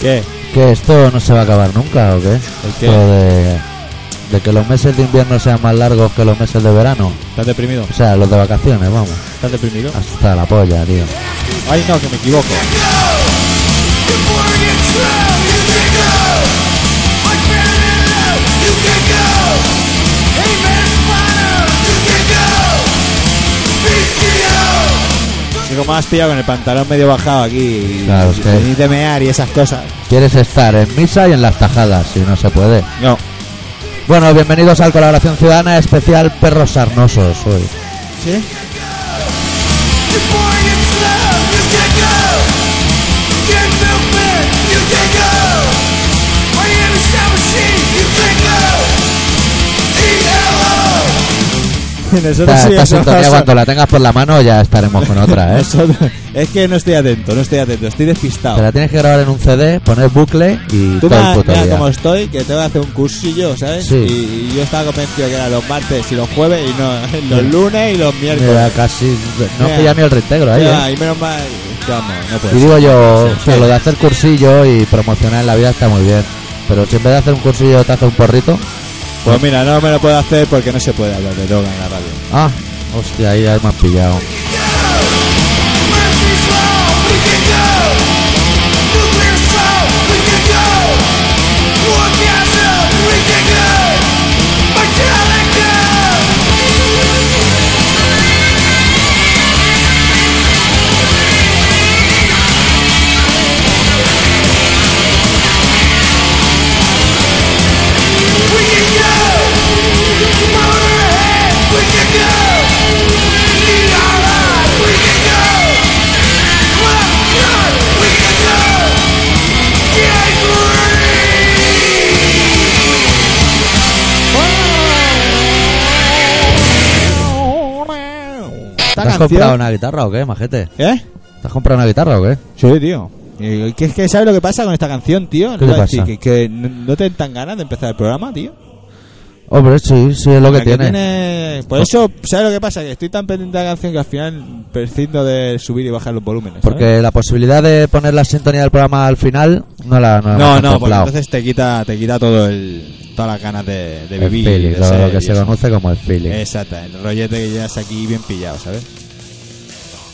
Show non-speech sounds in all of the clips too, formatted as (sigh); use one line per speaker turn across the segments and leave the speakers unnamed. ¿Qué?
¿Qué? ¿Esto no se va a acabar nunca o qué?
qué?
Esto de, de que los meses de invierno sean más largos que los meses de verano.
¿Estás deprimido?
O sea, los de vacaciones, vamos.
¿Estás deprimido?
Hasta la polla, tío.
Ay, no, que me equivoco. Sigo más pillado con el pantalón medio bajado aquí.
Claro, es que-
y, y de mear y esas cosas.
Quieres estar en misa y en las tajadas, si no se puede.
No.
Bueno, bienvenidos al Colaboración Ciudadana especial Perros Sarnosos hoy.
¿Sí?
Esta,
(laughs) Nosotros sí
esta
eso
sintonía,
pasa.
cuando la tengas por la mano ya estaremos
(laughs)
con otra, ¿eh?
Nosotros- es que no estoy atento, no estoy atento, estoy despistado.
Te la tienes que grabar en un CD, poner bucle y
Tú
todo el
mira,
puto
mira
día.
cómo estoy, que tengo que hacer un cursillo, ¿sabes?
Sí.
Y, y yo estaba convencido que era los martes y los jueves y no (laughs) los lunes y los
Mira,
miércoles.
casi... No
Mira.
pilla ni el reintegro ahí, ¿eh?
Mira, y menos mal, vamos, no puede
Y
ser.
digo yo,
Sí,
o sea,
sí.
lo de hacer cursillo y promocionar la vida está muy bien. Pero si en vez de hacer un cursillo te hace un porrito...
Pues mira, no me lo puedo hacer porque no se puede hablar de droga en la radio.
Ah, hostia, ahí ya me has pillado. ¿Te
Esta
has comprado una guitarra o qué, majete?
¿Eh?
¿Te has comprado una guitarra o qué?
Sí, tío. Y- y Que es que sabes lo que pasa con esta canción, tío.
¿Qué
No,
le
es decir,
pasa?
Que, que no no te dan ganas de empezar el programa, tío.
Hombre, sí, sí, es lo que
La que
tiene.
tiene- Por eso, ¿sabes lo que pasa? Que estoy tan pendiente de la canción que al final prescindo de subir y bajar los volúmenes. ¿sabes?
Porque la posibilidad de poner la sintonía del programa al final no la no la
No,
hemos
no, porque
contemplado.
entonces te quita, te quita todo el, todas las ganas de, de
El
vivir.
feeling,
de
lo,
ser
lo que
y
se
eso. Eh,
conoce como el feeling.
Exacto, el rollete que llevas aquí bien pillado, ¿sabes?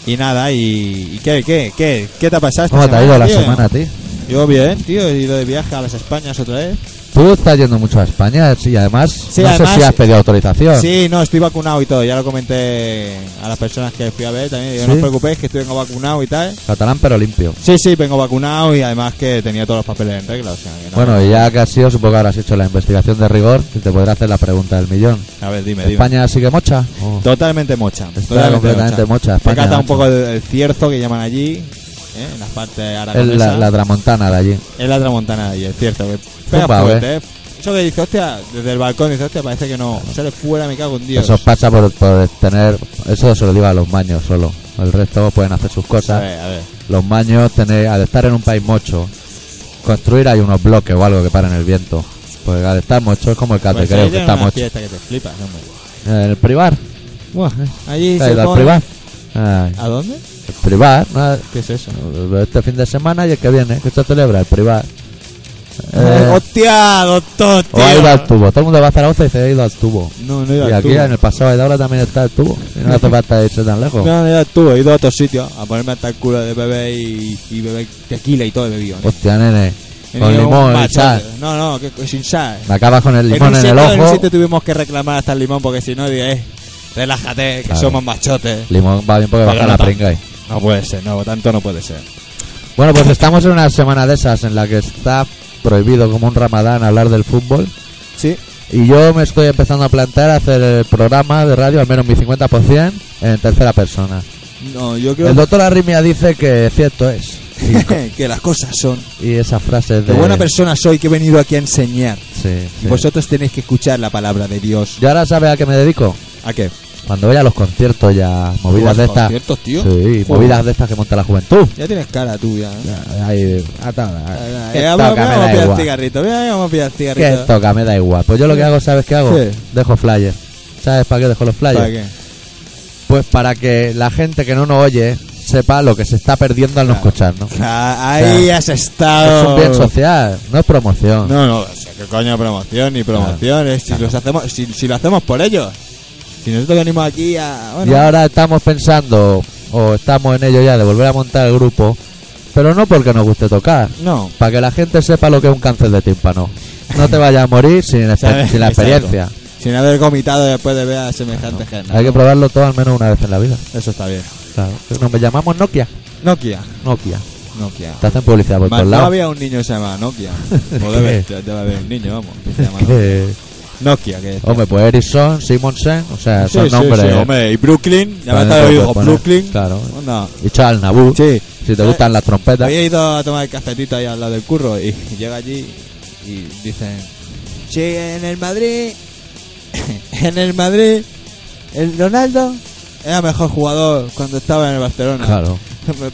Y nada, y, y qué, qué, qué, qué te ha pasado esta
¿Cómo te ha ido la
tío?
semana, tío?
Yo bien, tío, he ido de viaje a las Españas otra vez.
Tú estás yendo mucho a España, sí, además, no
además-
sé si has pedido autorización.
Sí, no, estoy vacunado y todo, ya lo comenté a las personas que fui a ver también. Digo,
¿Sí?
no os preocupéis, que estoy vengo vacunado y tal.
Catalán pero limpio.
Sí, sí, vengo vacunado y además que tenía todos los papeles en regla, o sea que no.
Bueno, y ya que has sido, supongo que habrás hecho la investigación de rigor y te podrá hacer la pregunta del millón.
a ver, dime, dime.
¿España sigue mocha?
Oh. Totalmente mocha.
Está
totalmente
completamente mocha,
Me
España,
encanta un
macho.
poco el, el cierzo que llaman allí, ¿eh? en las partes
Es
aragonesas.
la, la tramontana de allí.
Es la tramontana de allí, es cierto. Que pega
Zumba,
fuerte, ¿eh? Eso que dice, hostia, desde el balcón dice, hostia, parece que no. Sale fuera, me cago en Dios.
Eso pasa por, por tener... Eso se lo digo a los maños solo. El resto pueden hacer sus
a
cosas.
ver, a ver.
Los maños, tener, al estar en un país mocho, construir hay unos bloques o algo que paren el viento. Porque al estar mocho es como el cate,
Pues
creo
ahí
que
tienen
está
una
mocho.
fiesta que te flipas, hombre.
Eh, El privar.
Allí
¿Te has
se
ido al
pone-
privar? Ay,
¿A dónde?
el privar. ¿no?
¿Qué es eso?
Este fin de semana y el que viene, que se celebra el privar. Eh,
¡Hostia, doctor!
o ha ido al tubo. Todo el mundo va a Zaragoza y se ha ido al tubo.
No, no he
Y
ido al
aquí
tubo.
en el pasado de ahora también está el tubo. Y no hace falta irse tan lejos.
No, no he ido al tubo, he ido a otros sitios a ponerme hasta el culo de bebé y, y beber tequila y todo he bebido. ¿no?
Hostia, nene.
He
Pues, Con
bebido un
limón y
machote.
sal.
No, no, que, que sin sal.
Me acabas con el limón
un
en
sitio-
el
en un
ojo.
sitio tuvimos que reclamar hasta el limón porque si no, diga, eh, relájate, que
Claro.
somos machotes.
Limón va bien porque
Pero
baja
no
la
tanto.
pringa ahí.
No puede ser, no, tanto no puede ser.
Bueno, pues estamos en una semana de esas en la que está prohibido como un ramadán hablar del fútbol.
Sí,
Y yo me estoy empezando a plantear hacer el programa de radio, al menos mi 50%, en tercera persona.
no, yo creo
El doctor Arrimia dice que cierto es.
(laughs) que las cosas son.
(laughs) Y esas frases
De
de...
buena persona soy que he venido aquí a enseñar.
Sí, sí.
Y vosotros tenéis que escuchar la palabra de Dios.
¿Y ahora sabe a qué me dedico?
¿A qué?
Cuando voy a los conciertos ya, movidas
¿Jugas
de estas...
conciertos, tío?
Sí,
Joder.
movidas de estas que monta la juventud.
Ya tienes cara tuya.
Ya, Ahí, atada.
Eh,
Que
vamos,
toca, me
vamos a
da
pillar el
igual.
cigarrito, mira, vamos a pillar el
Que
cigarrito.
toca, me da igual. Pues yo lo que hago, ¿sabes qué hago?
Sí.
Dejo flyers. ¿Sabes para qué dejo los flyers?
¿Para qué?
Pues para que la gente que no nos oye sepa lo que se está perdiendo al no
Claro.
escuchar, ¿no?
Ah, Ahí
Claro.
has
Es un
estado.
bien social, no es promoción.
No, no, o sea, qué coño promoción ni promoción. es si,
Claro.
los hacemos, si, si lo hacemos por ellos. Si nosotros venimos aquí a. Bueno,
Y ahora estamos pensando, o estamos en ello ya, de volver a montar el grupo, pero no porque nos guste tocar,
No.
para que la gente sepa lo que es un cáncer de tímpano. No te vayas a
(laughs)
morir sin, exper-
¿sabes?
sin la
Exacto.
experiencia.
Sin haber vomitado después de ver a semejante gente.
Hay que probarlo todo al menos una vez en la vida.
Eso está bien.
Claro. Nos llamamos Nokia.
Nokia.
Nokia.
Nokia.
Te hacen publicidad por
Man,
todos
no
lados.
había un niño que se llamaba
(laughs)
Nokia. O
¿Qué?
debe, debe haber un niño, vamos.
(laughs)
que se llama
Que-
Nokia, que es.
hombre, pues Ericsson, Simonsen, o sea,
Sí,
son
sí,
nombres.
sí, hombre. Y Brooklyn, ya me
También
está
lo
oído.
puedes poner,
Brooklyn.
claro.
Onda.
Y Charles Nabu,
Sí.
si te
Eh,
gustan las trompetas.
Había ido a tomar el cafetito ahí al lado del curro y (laughs) llega allí y dicen, sí, en el Madrid, (laughs) en el Madrid, el Ronaldo era mejor jugador cuando estaba en el Barcelona. (laughs)
Claro,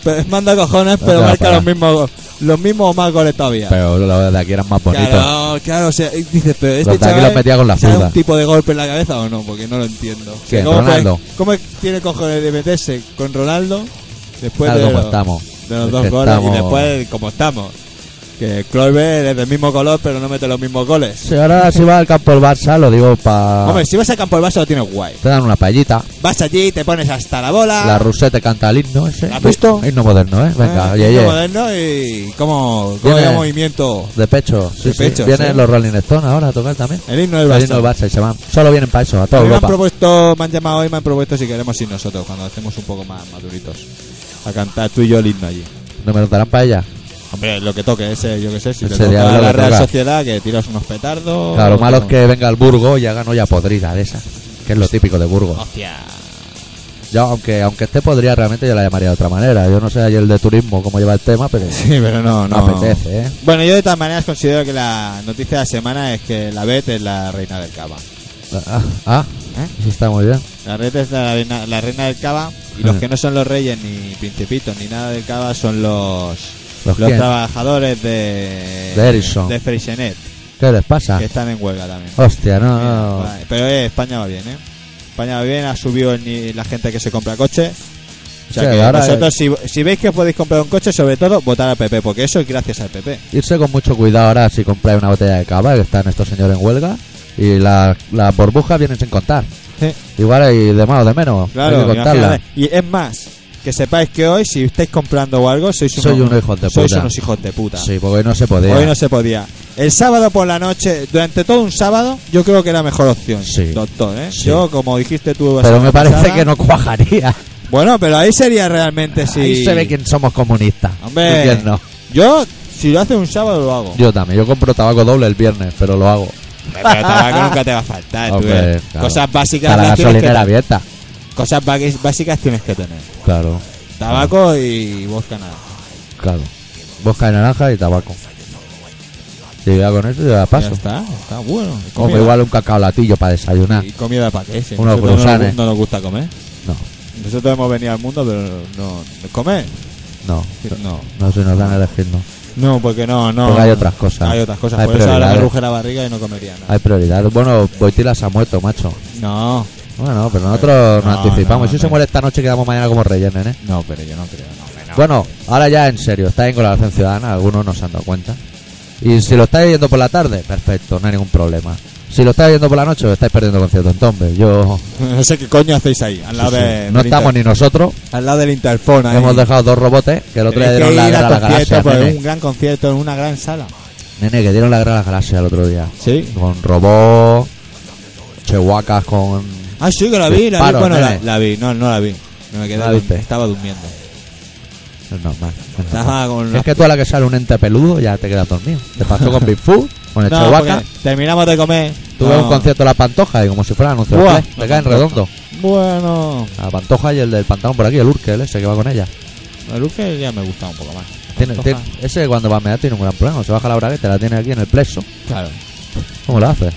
Pero Manda cojones,
No
pero
te va a
marca los
parar.
mismos, go- los mismos o más goles todavía.
pero los de aquí eran más bonitos.
Claro, claro, o sea, y dices, pero este
Los de aquí
chaval
los metía con la
¿sabe
zurda.
un tipo de golpe en la cabeza o no? Porque no lo entiendo. O sea,
¿Quién,
¿cómo,
Ronaldo?
puede- cómo tiene cojones de meterse con Ronaldo después
Tal
de
como
los-
estamos.
de los
Es
dos
que
goles
estamos-
y después como estamos. Que Kloiber es del mismo color pero no mete los mismos goles.
Si ahora si va al campo el Barça, lo digo para...
Hombre, si vas a campo el Barça lo tienes guay.
Te dan una paellita,
Vas allí, te pones hasta la bola.
la rusete canta el himno ese.
Ah. ¿Has visto?
Himno moderno, ¿eh? Venga,
eh,
oye,
himno
oye.
moderno y como, como
Viene-
de movimiento.
De pecho, sí,
De
sí.
pecho,
Vienen
sí.
los Rolling Stones ahora a tocar también.
El himno del
El
Barça.
himno del Barça y se van. Solo vienen para eso, a
A
toda
mí me han
Europa.
propuesto, me han llamado hoy, me han propuesto si queremos ir nosotros cuando estemos un poco más maduritos a cantar tú y yo el himno allí.
No me lo darán para ella.
Hombre, lo que toque ese, yo qué sé, si te
Ese
toca
diablo
la
le
Real
toca.
Sociedad que tiras unos petardos.
Claro, lo malo es
o-
que venga al Burgo y hagan olla podrida de esa. Que es lo típico de Burgos.
Hostia.
Yo, aunque, aunque esté podrida, realmente yo la llamaría de otra manera. Yo no sé ayer el de turismo cómo lleva el
(laughs)
tema, pero
Sí, pero no,
no
no.
apetece, ¿eh?
Bueno, yo de todas maneras considero que la noticia de la semana es que la BET es la reina del cava.
Ah, ah,
¿Eh?
eso está muy bien.
La BET es la reina, la reina del cava y
Eh.
los que no son los reyes ni principitos ni nada del cava son los
¿Los
los,
quién?
trabajadores de
De Ericsson.
de Freixenet,
¿Qué les pasa?
que están en huelga también.
Hostia, no, no.
Mira, Pero eh, España va bien, ¿eh? España va bien, ha subido el ni- la gente que se compra coches. O sea
Sí,
que
ahora
vosotros, si, si veis que os podéis comprar un coche, sobre todo, votar al PP, porque eso es gracias al PP.
Irse con mucho cuidado ahora si compráis una botella de cava, que están estos señores en huelga, y la- las burbujas vienen sin contar.
Sí.
Igual hay de más o de menos. hay
Claro,
que contarlas.
imagínate. Y es más, que sepáis que hoy, si estáis comprando o algo, sois,
Soy unos hijos de
sois
puta.
unos hijos de puta.
Sí, porque hoy no se podía.
Hoy no se podía. El sábado por la noche, durante todo un sábado, yo creo que era mejor opción,
Sí.
doctor. ¿eh?
Sí.
Yo, como dijiste tú, la
Pero
semana
me parece
pasada-
que no cuajaría.
Bueno, pero ahí sería realmente si.
Ahí se ve quién somos comunistas.
Hombre.
El viernes.
Yo, si lo hace un sábado, lo hago.
Yo también, yo compro tabaco doble el viernes, pero lo hago.
Pero tabaco
(laughs)
nunca te va a faltar. tú,
Hombre,
¿eh?
claro.
Cosas básicas
Está la
las tienes que
gasolinera
tener.
abierta.
Cosas ba- básicas tienes que tener.
Claro,
Tabaco y vodka nada.
claro. Bosca de naranja y tabaco. Si ya con eso, yo ya
Ya
paso.
está, está bueno. Y
Como
comida.
igual un cacao latillo para desayunar.
¿Y comida para qué? Si
Unos
nosotros no nos gu-
cruzanes.
no nos gusta comer.
No,
Nosotros hemos venido al mundo, pero no. ¿Comer?
no.
No.
No, si nos dan a elegir, no.
No, porque no, no.
Porque hay otras cosas.
Hay otras cosas.
Hay
Por eso ahora me
prioridades.
ruge la barriga y no comería nada.
Hay prioridad. Bueno, Boitila se ha muerto, macho.
No.
Bueno, pero nosotros
No,
nos anticipamos.
no,
si se
no.
muere esta noche, quedamos mañana como rellenen, ¿eh?
No, pero yo no creo. No, hombre, no.
Bueno, ahora ya en serio, estáis en colaboración ciudadana, algunos no se han dado cuenta. Y si lo estáis viendo por la tarde, perfecto, no hay ningún problema. Si lo estáis viendo por la noche, os estáis perdiendo concierto. Entonces, yo.
No (laughs) sé qué coño hacéis ahí. Al lado,
sí, sí,
de-
no
del
estamos ni nosotros,
inter- al lado del interfón. Ahí.
hemos dejado dos robotes que el otro día
Tenéis
dieron
que
la
ir
guerra a la
a concierto,
galaxia.
por
Nene.
un gran concierto en una gran sala.
Nene, que dieron la guerra a la galaxia el otro día.
Sí.
Con robots, chehuacas, con.
Ah, sí, que la vi, la vi.
Disparo,
Bueno, la,
nene.
la vi, no, no la vi. No me quedé
¿La
con-
viste?
Estaba durmiendo.
Es normal. es normal.
Estaba con
Es que tú a la que sale un ente peludo ya te quedas dormido. Te pasó con Big Food, con el
No,
Chehuaca.
porque terminamos de comer.
Tuve
No.
un concierto de la Pantoja y como si fuera anuncio de
Buah,
Play, te
la
caen
Pantoja.
redondo.
Bueno,
La Pantoja y el del pantalón por aquí, el Urkel ese que va con ella.
el Urkel ya me gustaba un poco más.
Tiene-
Pantoja.
tiene- ese cuando va a mear tiene un gran problema, se baja la bragueta, la tiene aquí en el plexo.
Claro.
¿Cómo lo hace?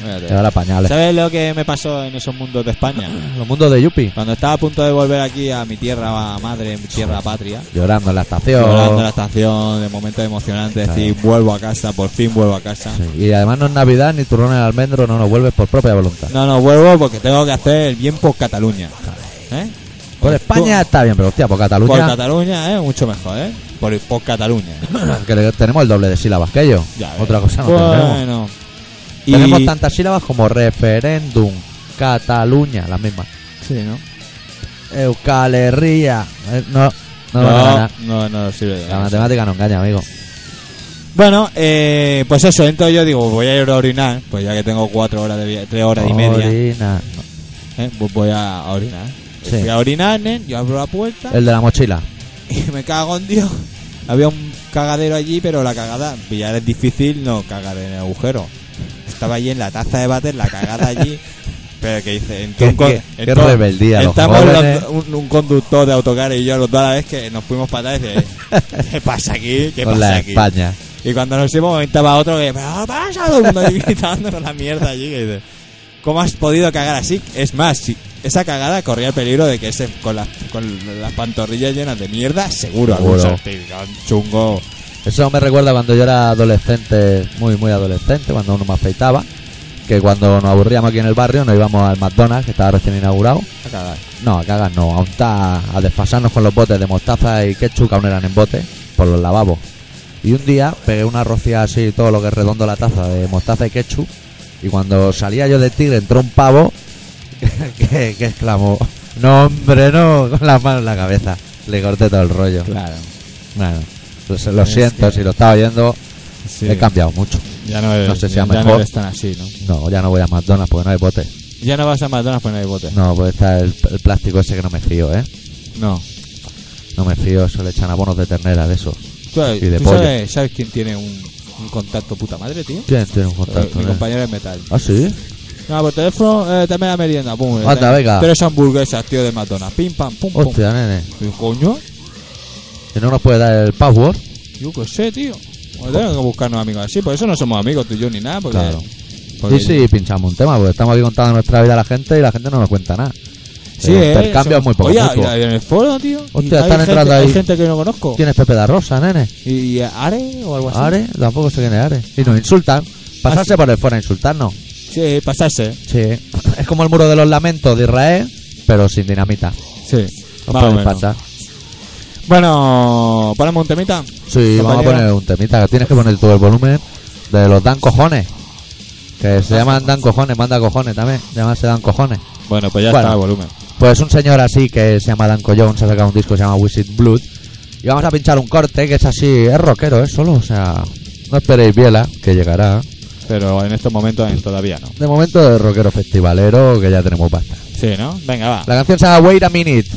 fíjate.
Le da la pañales.
¿Sabes lo que me pasó en esos mundos de España?
Los mundos de Yupi,
Cuando estaba a punto de volver aquí a mi tierra madre, mi tierra patria,
llorando en la estación.
hablando de la estación, de momentos emocionantes,
Claro.
decir, vuelvo a casa, por fin vuelvo a casa.
Sí, Y además no es Navidad ni turrones de almendro, no nos vuelves por propia voluntad.
No, no, vuelvo porque tengo que hacer el bien por Cataluña. ¿Eh?
Por España está bien, pero hostia, por
Por
Cataluña,
Cataluña, ¿eh? Mucho mejor, ¿eh? Por, por
(laughs)
Cataluña.
que le- tenemos el doble de sílabas que ellos.
Ya ves.
Otra cosa no tendremos.
bueno. Y...
Tenemos tantas sílabas como referéndum, Cataluña, las mismas.
Sí, ¿no?
Euskal Herria. Eh, no, no, van a
No,
ganar.
no, no sirve de
La
nada.
matemática no engaña, amigo.
Bueno, eh, pues eso, entonces yo digo, voy a ir a orinar, pues ya que tengo cuatro horas de via- tres horas y media,
Orina. No.
eh, pues voy a orinar.
Sí.
Fui a orinar, nen, yo abro la puerta
El de la mochila.
(laughs) y me cago en Dios. Había un cagadero allí, pero la cagada, pillar es difícil, no cagar en el agujero. Estaba allí en la taza de váter, la cagada allí. Pero que dice,
Qué,
entró un con-
qué- qué
entró-
rebeldía, los
Entramos los
jóvenes.
do- un, un conductor de autocar y yo los dos a la vez que nos fuimos para atrás y dice, "Eh, ¿qué pasa aquí? ¿Qué
con
pasa
la
aquí?
España.
Y cuando nos íbamos, estaba otro que, pero pasa todo el mundo ahí (laughs) gritándonos la mierda allí. Que dice, ¿cómo has podido cagar así? Es más, si esa cagada corría el peligro de que ese, con, las, con las pantorrillas llenas de mierda, seguro, algún
Seguro.
salpicón chungo.
Eso me recuerda cuando yo era adolescente, muy, muy adolescente, cuando uno me afeitaba. Que cuando nos aburríamos aquí en el barrio, nos íbamos al McDonald's, que estaba recién inaugurado.
A cagar.
No, a cagar no, a untar, a desfasarnos con los botes de mostaza y ketchup, aún eran en bote, por los lavabos. Y un día pegué una rocía así, todo lo que es redondo la taza de mostaza y ketchup. Y cuando salía yo del tigre, entró un pavo (laughs) que, que exclamó: No, hombre, no, con las manos en la cabeza. Le corté todo el rollo.
Claro.
Bueno, pues lo
Es
siento,
que-
si lo estaba oyendo,
Sí.
he cambiado mucho.
Ya no, eres,
No sé si
ya,
a
ya no
mejor.
eres tan así, ¿no?
No, ya no voy a McDonald's porque no hay bote.
Ya no vas a McDonald's por no hay bote.
No, pues está el, el plástico ese que no me fío, ¿eh?
No.
No me fío, eso le echan abonos de ternera de eso.
¿Tú,
Y de
tú
pollo.
sabes, sabes quién tiene un, un contacto puta madre, tío?
¿Quién tiene un contacto?
Mi
eh?
compañero es metal.
¿Ah, sí?
No, por teléfono, eh, dame la merienda, pum.
Anda,
Dame
venga.
Tres hamburguesas, tío, de matona. Pim, pam, pum, pum.
Ah. Hostia, nene.
Digo, coño,
¿Que no nos puede dar el password?
yo qué sé, tío. Bueno, tenemos que buscarnos amigos así, por eso no somos amigos tú y yo ni nada. Porque,
Claro.
porque-
y si pinchamos un tema, porque estamos aquí contando nuestra vida a la gente y la gente no nos cuenta nada.
sí,
el
eh,
intercambio es muy poco
Oye,
mutuo.
y en el foro, tío.
Hostia,
hay
están
gente-
entrando ahí.
Hay gente que no conozco.
¿Quién es Pepe da Rosa, nene?
¿Y, y Are o algo Oh. así? Ah,
Are, tampoco sé quién es Are. Y nos insultan. Pasarse
sí.
por el foro a insultarnos.
Sí, pasarse.
Sí. Es como el muro de los lamentos de Israel, pero sin dinamita.
Sí.
No
Más o
puedes
menos.
pasar.
Bueno, ponemos un temita.
Sí, vamos a
Compañera.
poner un temita. Tienes que poner todo el volumen de los Dan Cojones. Que
Ah,
se llaman Dan Cojones, manda cojones también. Llamarse Dan Cojones.
Bueno, pues ya
Bueno.
está el volumen.
Pues un señor así que se llama Dan Collón se ha sacado un disco que se llama Wizard Blood. Y vamos a pinchar un corte que es así, es rockero, es solo, o sea, no esperéis biela, que llegará.
Pero en estos momentos eh, todavía no.
De momento es rockero festivalero, que ya tenemos basta.
Sí, ¿no? Venga, va.
La canción se llama Wait a Minute.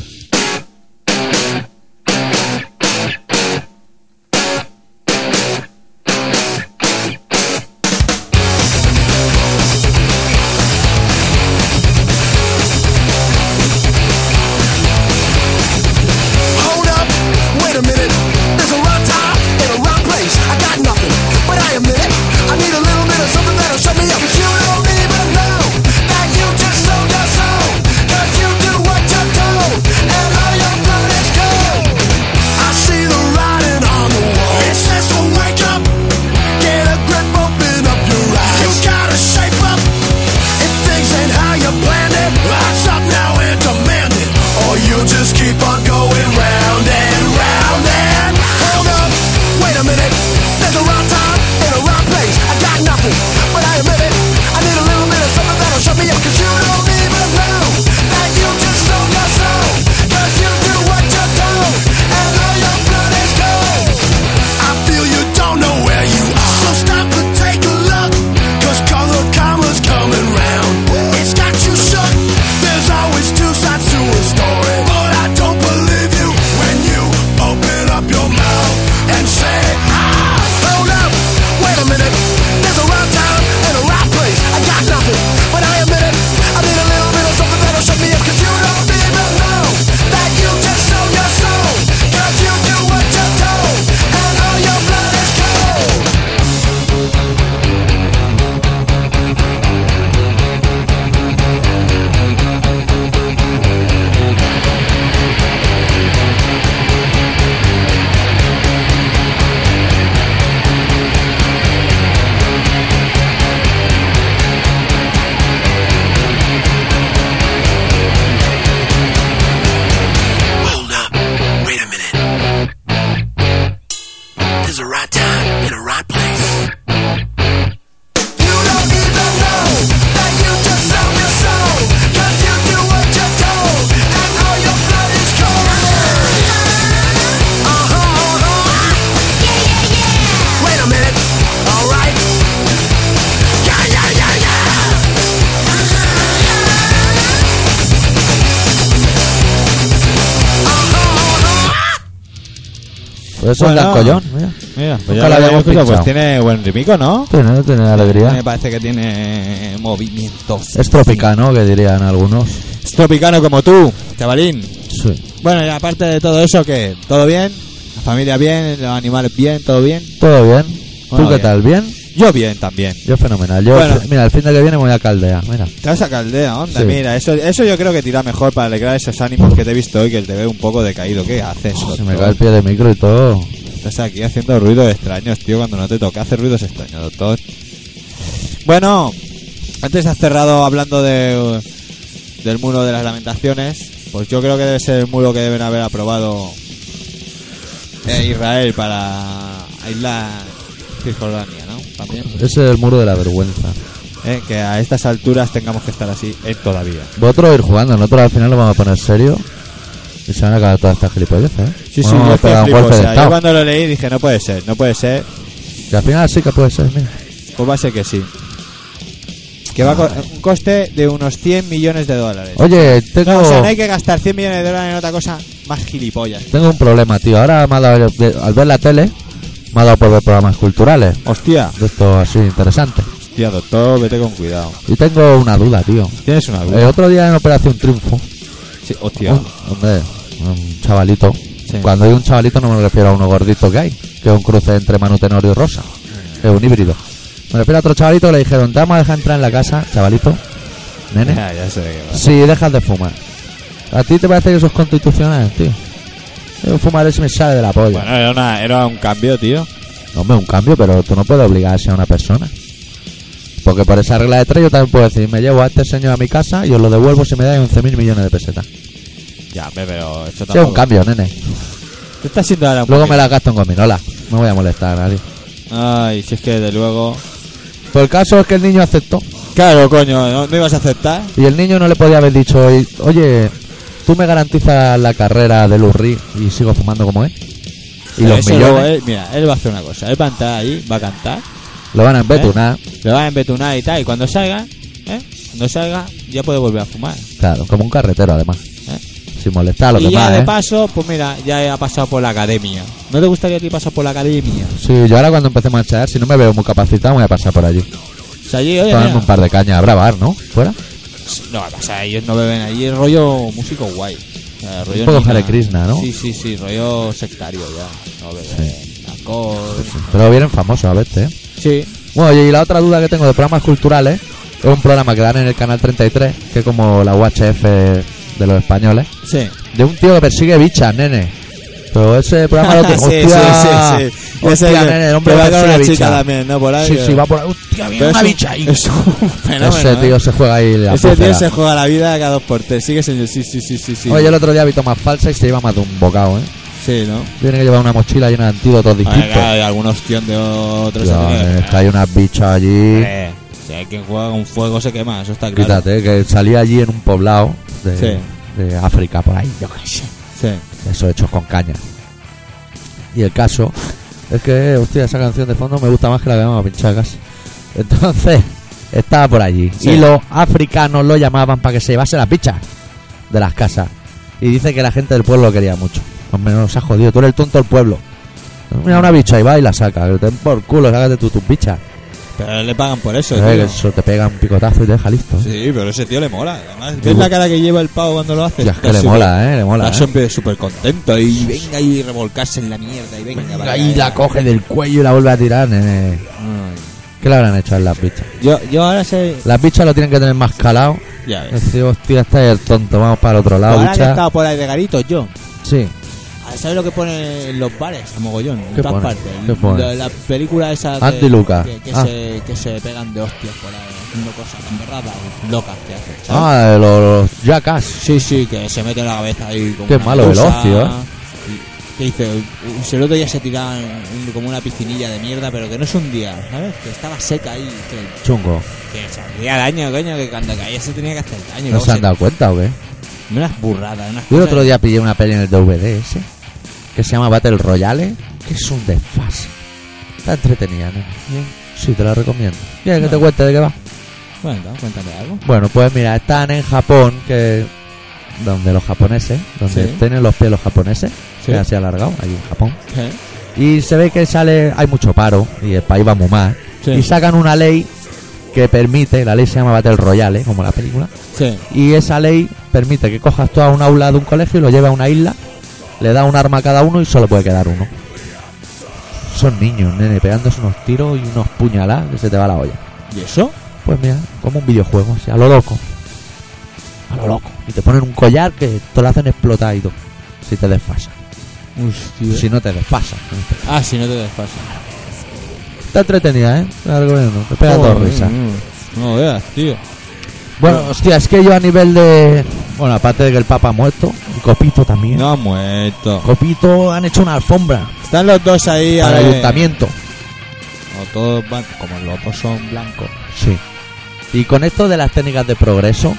Hold up, wait a minute. There's a wrong time and a wrong place. I got nothing, but I admit it. I need a little bit of something that'll shut me up. You don't even know that you just sold your soul. Cause you do what you're told.
Uh-huh, Uh-huh,
Pues eso es de
Bueno.
Alcoyón, mira.
Mira, pues
Nunca
ya
la
lo habíamos
habíamos
escuchado. Pues
pinchado.
tiene buen rimico, ¿no?
Tiene, tiene alegría.
Me parece que tiene movimientos.
Es tropicano, que dirían algunos.
Es tropicano como tú, chavalín.
Sí.
Bueno, y aparte de todo eso, ¿qué? ¿Todo bien? ¿La familia bien? ¿Los animales bien? ¿Todo bien?
Todo bien. ¿Tú
Bueno,
qué
bien.
tal? ¿Bien?
Yo bien también.
Yo fenomenal. Yo,
Bueno.
Mira, el fin de que viene me voy a Caldea. Mira.
Te vas a caldea, onda.
Sí.
Mira, eso, eso yo creo que te irá mejor para alegrar esos ánimos que te he visto hoy, que te veo un poco decaído. ¿Qué haces?
Se
doctor?
me cae el pie de micro y todo.
Estás aquí haciendo ruidos extraños, tío, cuando no te toca hacer ruidos extraños, doctor. Bueno, antes has cerrado hablando de, del muro de las lamentaciones. Pues yo creo que debe ser el muro que deben haber aprobado eh, Israel para aislar Cisjordania, ¿no? También.
Ese es el muro de la vergüenza.
Eh, que a estas alturas tengamos que estar así eh, todavía.
Vosotros ir jugando, nosotros al final lo vamos a poner serio. Y se van a acabar todas estas gilipolleces, ¿eh?
Sí,
Bueno,
sí, yo
vamos a
es que
pegar un
flipo,
golpe
o
de
sea, yo
estado.
cuando lo leí dije, no puede ser, no puede ser.
Que al final sí que puede ser, mira.
Pues va a ser que sí. Que va a co- un coste de unos 100 millones de dólares.
Oye, tengo,
No, o sea, no hay que gastar 100 millones de dólares en otra cosa más gilipollas.
tengo un problema, tío. Ahora me ha dado, de- al ver la tele, me ha dado por ver programas culturales.
Hostia,
De esto así interesante.
hostia, doctor, vete con cuidado.
Y tengo una duda, tío.
Tienes una
El otro día en Operación Triunfo,
Sí, hostia.
un, hombre, un chavalito.
Sí.
Cuando digo un chavalito no me refiero a uno gordito que hay, que es un cruce entre Manu Tenorio y Rosa.
Eh.
Es un híbrido. Me refiero a otro chavalito que le dijeron, te vamos a dejar entrar en la casa, chavalito, nene,
Ya, ya sé de qué va.
si dejas de fumar. ¿A ti te parece que eso es constitucional, tío? Yo fumaré si me sale de la polla.
Bueno, era, una- era un cambio, tío.
Hombre, un cambio, pero tú no puedes obligar así a una persona. Porque por esa regla de tres yo también puedo decir, me llevo a este señor a mi casa y os lo devuelvo si me dais 11.000 millones de pesetas.
Ya, hombre, pero esto
Sí, es un
tampoco...
cambio, nene.
Te estás siendo ahora un
Luego me
poquito-
la gasto en gominola. No voy a molestar a nadie.
Ay, si es que de luego...
Pues el caso es que el niño aceptó.
Claro, coño, ¿no, no ibas a aceptar?
Y el niño no le podía haber dicho, "Oye, oye, tú me garantizas la carrera de Lurri y sigo fumando como es. Y
Pero
los
eso luego,
millones
él- mira, él va a hacer una cosa. Él va a entrar ahí, va a cantar...
lo van a embetunar.
Lo va a embetunar y tal. Y cuando salga, ¿eh? Cuando salga, ya puede volver a fumar.
Claro, como un carretero además.
¿eh?
Sin molestar a los
Y ya
demás,
de
¿eh?
paso, pues mira, ya ha pasado por la academia. ¿No te gustaría a ti pasar por la academia?
Sí, yo ahora cuando empecemos a echar, si no me veo muy capacitado, voy a pasar por allí.
O sea, allí, oye,
Ponerme
mira,
un par de cañas a bravar, ¿no? ¿Fuera?
No, o sea, ellos no beben allí, es rollo músico guay. O sea, rollo
Un poco
nina.
Hare Krishna, ¿no?
Sí, sí, sí, rollo sectario ya. No beben alcohol.
Pero vienen famosos a verte, ¿eh?
Sí.
Bueno, oye, y la otra duda que tengo de programas culturales es un programa que dan en el canal 33, que es como la UHF de los españoles,
Sí.
de un tío que persigue bichas, nene. Pero ese programa lo
(laughs)
que.
sí, sí,
hostia,
sí, sí, sí.
Hostia,
Ese que-
nene, el hombre
que va con
persigue
una chica
bichas.
también, ¿no? Por ahí.
Sí,
que-
sí, va por ahí. Hostia, viene
Pero
una
es un-
bicha ahí.
Es un fenómeno.
ese
¿eh?
tío se juega ahí la
Ese tío
pulsera.
se juega la vida cada dos por tres. Sí que se... Sí, sí, sí, sí. sí.
Oye, el otro día vi tomas falsa y se lleva más de un bocado, ¿eh?
Sí, ¿no?
Tiene que llevar una mochila llena de antídotos
Oye,
distintos.
claro, hay algún ostión de otros...
Tío, eh, es que hay unas bichas allí.
Eh, si hay quien juega con fuego se quema, eso está claro.
Quítate, que salí allí en un poblado de,
Sí.
de África, por ahí, yo qué sé.
Sí.
Eso hechos con caña. Y el caso es que, hostia, esa canción de fondo me gusta más que la que vamos a pinchar casi. Entonces, (laughs) estaba por allí.
Sí.
Y los africanos lo llamaban para que se llevase las pichas de las casas. Y dice que la gente del pueblo lo quería mucho. Hombre, no se ha jodido, tú eres el tonto del pueblo. Mira una bicha y va y la saca. Que te den por culo, sácate tú tus bichas.
Pero le pagan por eso,
Eh, que
tío.
eso te pega un picotazo y te deja listo. ¿eh?
Sí, pero ese tío le mola. Además, ¿ves la cara que lleva el pavo cuando lo hace?
Hostia, es que
Está
le
súper-
mola, eh, le mola.
Está
eh.
siempre súper contento y venga y revolcarse en la mierda y venga. para
eh. Ahí
acá.
la coge del cuello y la vuelve a tirar, nene.
Ay.
¿Qué le habrán hecho a las bichas?
Yo, yo ahora sé...
Las bichas lo tienen que tener más calado.
Ya ves.
Decir, hostia, este es el tonto, vamos para el otro lado,
ahora que he
bicha.
estado por ahí de garitos, yo.
Sí,
Ah, ¿Sabes lo que pone en los bares? A mogollón, en
¿Qué
todas
pone?
partes.
¿Qué pone?
La, la película esa que-
Andy Luca.
Que, que
Ah.
se, que se pegan de hostias por ahí, haciendo cosas embarradas locas que hacen. ¿sabes?
ah, de los, los jackass.
Sí, sí, que se mete la cabeza ahí como
Qué
una
malo el
medusa.
ocio, ¿eh?
Y- Que dice, un- el otro día se tiraba en- en como una piscinilla de mierda, pero que no es un día, ¿sabes? Que estaba seca ahí, que,
Chungo.
que se hacía daño, coño, que cuando caía se tenía que hacer daño. y
¿No
luego
se han
se-
dado cuenta o qué?
Unas burradas, unas
Yo el
cosas-
otro día pillé una peli en el DVD ese, que se llama Battle Royale, que es un desfase. Está entretenida, nene. Sí, te la recomiendo. ¿Quieres que te cuente de qué va?
Bueno, cuéntame algo.
Bueno, pues mira, están en Japón, que donde los japoneses, donde
Sí.
tienen los pies los japoneses,
Sí.
que así alargado, allí en Japón.
¿Qué?
Y se ve que sale, hay mucho paro y el país va muy mal.
Sí.
Y sacan una ley que permite, la ley se llama Battle Royale, ¿eh? como la película,
Sí.
y esa ley permite que cojas tú a un aula de un colegio y lo lleves a una isla, le das un arma a cada uno y solo puede quedar uno. Son niños, nene, pegándose unos tiros y unos puñaladas que se te va la olla.
¿Y eso?
Pues mira, como un videojuego, o sea, a lo loco. A lo loco. Y te ponen un collar que te lo hacen explotar y todo. Si te desfasa.
Hostia.
Si no te desfasa.
Ah, si no te desfasas.
Está entretenida, ¿eh? Te la recomiendo, Te pega dos risas.
eh, No veas, tío.
Bueno, hostia, es que yo a nivel de... Bueno, aparte de que el Papa ha muerto, y Copito también.
No ha muerto.
Copito han hecho una alfombra
Están los dos ahí
para
ahora
el
que-
ayuntamiento.
O todos van, como los dos son blancos.
Sí. Y con esto de las técnicas de progreso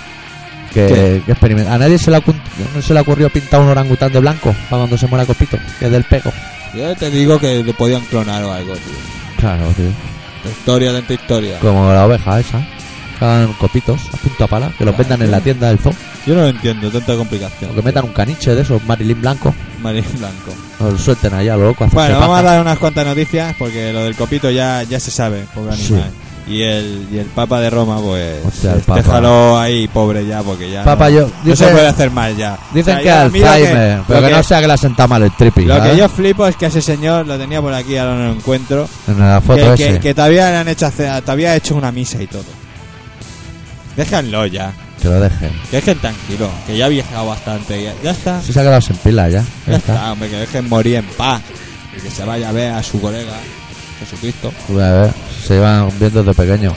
que,
¿Qué?
que experimenta- A nadie se le, ha ocult- no se le ocurrió pintar un orangután de blanco para cuando se muera Copito, que es del pego.
Yo te digo que le podían clonar o algo, tío.
Claro, tío.
Historia dentro de historia.
Como la oveja esa. Hagan copitos a punta pala, que los
Claro.
vendan en la tienda del zoo.
Yo no lo entiendo, tanta
O
complicación.
que metan un caniche de esos, Marilyn Blanco.
Marín Blanco.
O lo suelten allá, lo loco, a hacerse
Bueno, vamos a
paja.
dar unas cuantas noticias porque lo del copito ya, ya se sabe, pobre
Sí.
animal. Y el, y el Papa de Roma, pues.
Hostia, el Papa.
Déjalo ahí, pobre ya, porque ya.
Papa,
no,
yo-
no
dice-
se puede hacer mal ya.
Dicen
O sea,
que
yo- a mí lo
Alzheimer, pero
lo
que, no sea que la senta mal el trippy.
Lo que
¿sabes?
yo flipo es que ese señor lo tenía por aquí, ahora no lo encuentro.
En la
Que,
foto
que,
ese, que,
que te habían hecho hacer- te había hecho una misa y todo. Déjenlo ya,
lo dejen.
que dejen tranquilo, que ya ha viajado bastante. Ya, ya está,
Si se ha quedado sin pila ya. ya
ya
está.
está, hombre, que dejen morir en paz. Y que se vaya a ver a su colega, Jesucristo.
Joder, A ver, se iban viendo desde pequeño.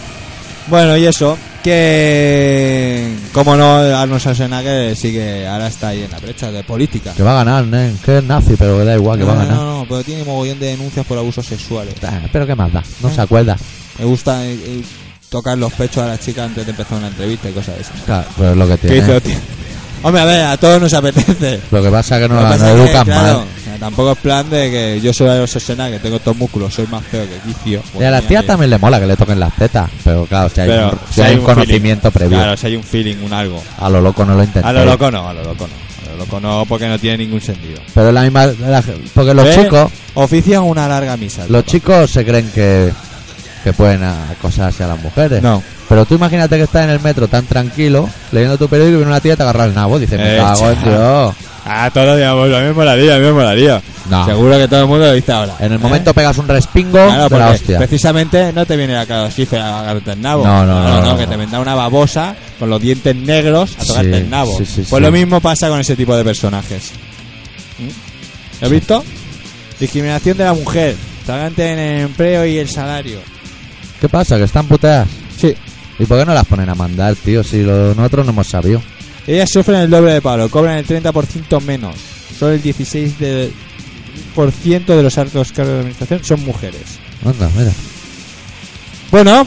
Bueno, y eso, que como no, Arnold Schwarzenegger sigue, ahora está ahí en la brecha de política.
Que va a ganar, nen. Que es nazi, pero que da igual, que
no,
va
no,
a ganar.
no, no, pero tiene mogollón de denuncias por abusos sexuales.
Ah, Pero que más da, no se acuerda.
Me gusta eh, eh, tocar los pechos a las chicas antes de empezar una entrevista y cosas de esas.
Claro, pero es lo que
¿Qué
tiene.
hizo, tío? Hombre, a ver, a todos nos apetece.
Lo que pasa es que no,
Lo que
la- no
pasa es que,
educan
claro,
mal.
o sea, tampoco es plan de que yo soy Schwarzenegger, que tengo estos músculos, soy más feo que vicio.
Y a las tías también le mola que le toquen las tetas, pero claro, si hay, un, si hay un conocimiento
feeling.
previo.
Claro, si hay un feeling, un algo.
A lo loco no lo intenté.
A lo loco no, a lo loco no. A lo loco no, porque no tiene ningún sentido.
Pero la misma. la- porque los
¿Eh?
chicos
Ofician una larga misa.
los chicos se creen que, que pueden acosarse a las mujeres.
No.
Pero tú imagínate que estás en el metro tan tranquilo, leyendo tu periódico y viene una tía y te agarra el nabo. Dice, me
Eh,
cago en
chaval.
Dios.
Ah, todo digamos, a mí me molaría, a mí me molaría.
No.
Seguro que todo el mundo lo dice ahora.
Ah. En el
¿eh?
momento pegas un respingo
Claro,
de la
porque
hostia.
precisamente no te viene la calocifer a agarrarte el nabo.
No, no, no, no,
que
no.
te vendrá una babosa con los dientes negros a tocarte
Sí,
el nabo.
sí, sí,
pues
sí.
lo mismo pasa con ese tipo de personajes. ¿Mm? ¿Lo has visto? Discriminación de la mujer. Talante en el empleo y el salario.
¿Qué pasa? ¿Que están puteadas?
Sí.
¿Y por qué no las ponen a mandar, tío? Si lo- nosotros no hemos sabido.
Ellas sufren el doble de paro, cobran el 30% menos. Solo el 16% de, por ciento de los altos cargos de administración son mujeres.
Anda, mira.
Bueno,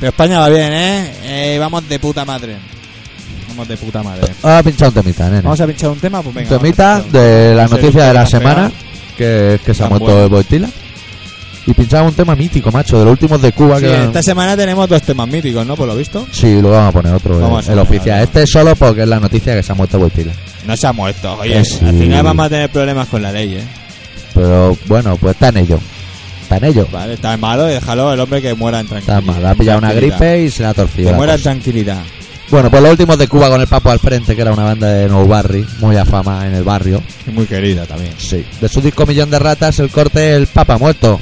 pero España va bien, ¿eh? Eh, Vamos de puta madre. Vamos de puta madre.
Ahora ha pinchado un temita, nene.
Vamos a pinchar un tema, pues venga.
Un temita
vamos a pinchar un-
de la
no sé
noticia de
si
la
te has
semana,
pegado.
que, que se ha
Tan
muerto
bueno.
Boitila. Y pinchaba un tema mítico, macho, de los últimos de Cuba.
Sí,
que
esta semana tenemos dos temas míticos, ¿no? Por lo visto.
Sí, luego vamos a poner otro,
Vamos
eh,
a
el
poner
oficial.
otro.
Este es solo porque es la noticia que se ha muerto Boitila.
No se ha muerto,
Eh,
oye.
sí.
Al final vamos a tener problemas con la ley, ¿eh?
Pero bueno, pues está en ello. Está en ello.
Vale, está malo y déjalo al hombre que muera en
Está
tranquilidad.
mal, ha pillado una
Tranquilidad.
gripe y se la ha torcido.
Que
la
muera en
cosa.
tranquilidad.
Bueno, pues los últimos de Cuba con el Papo al frente, que era una banda de No Barry, muy afama en el barrio.
Y muy querida también.
Sí. De su disco Millón de Ratas, el corte El Papa Muerto.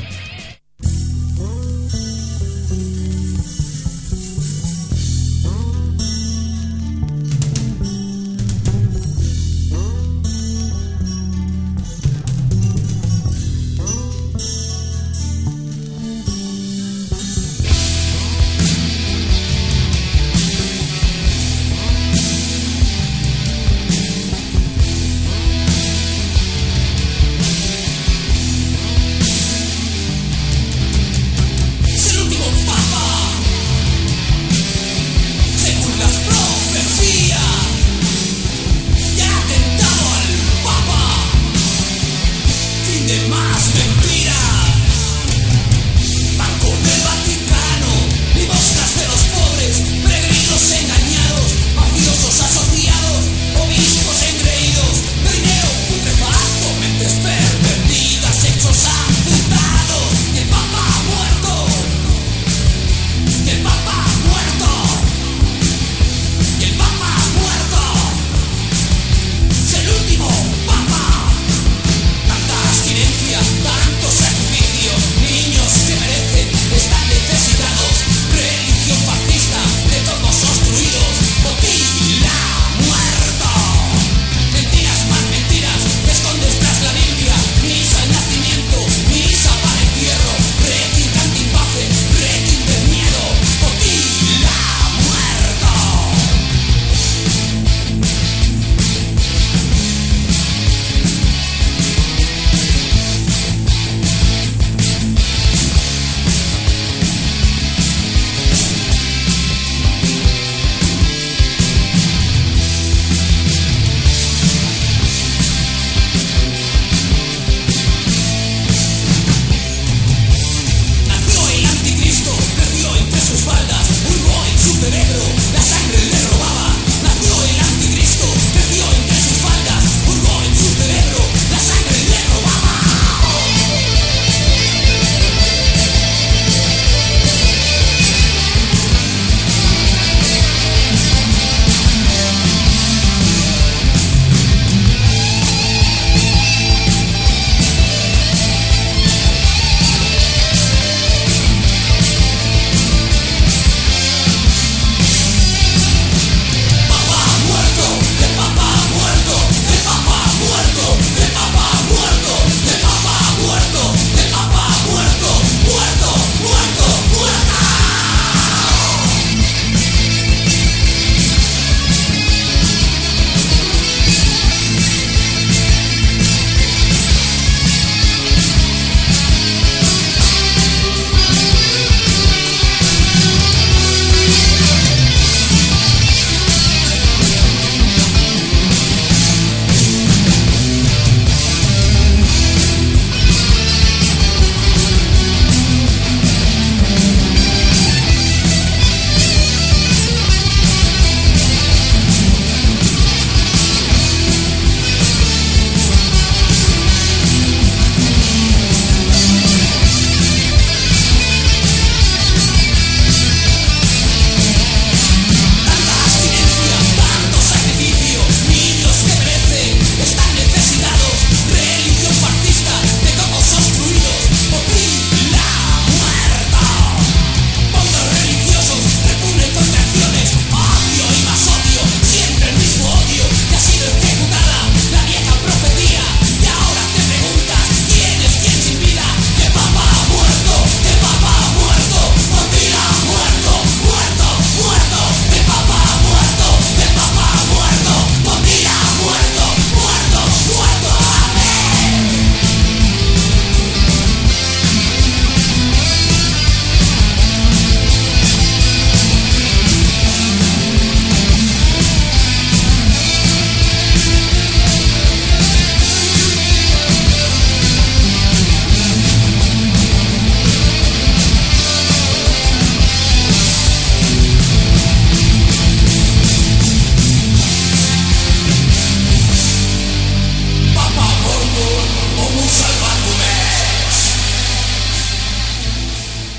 Thank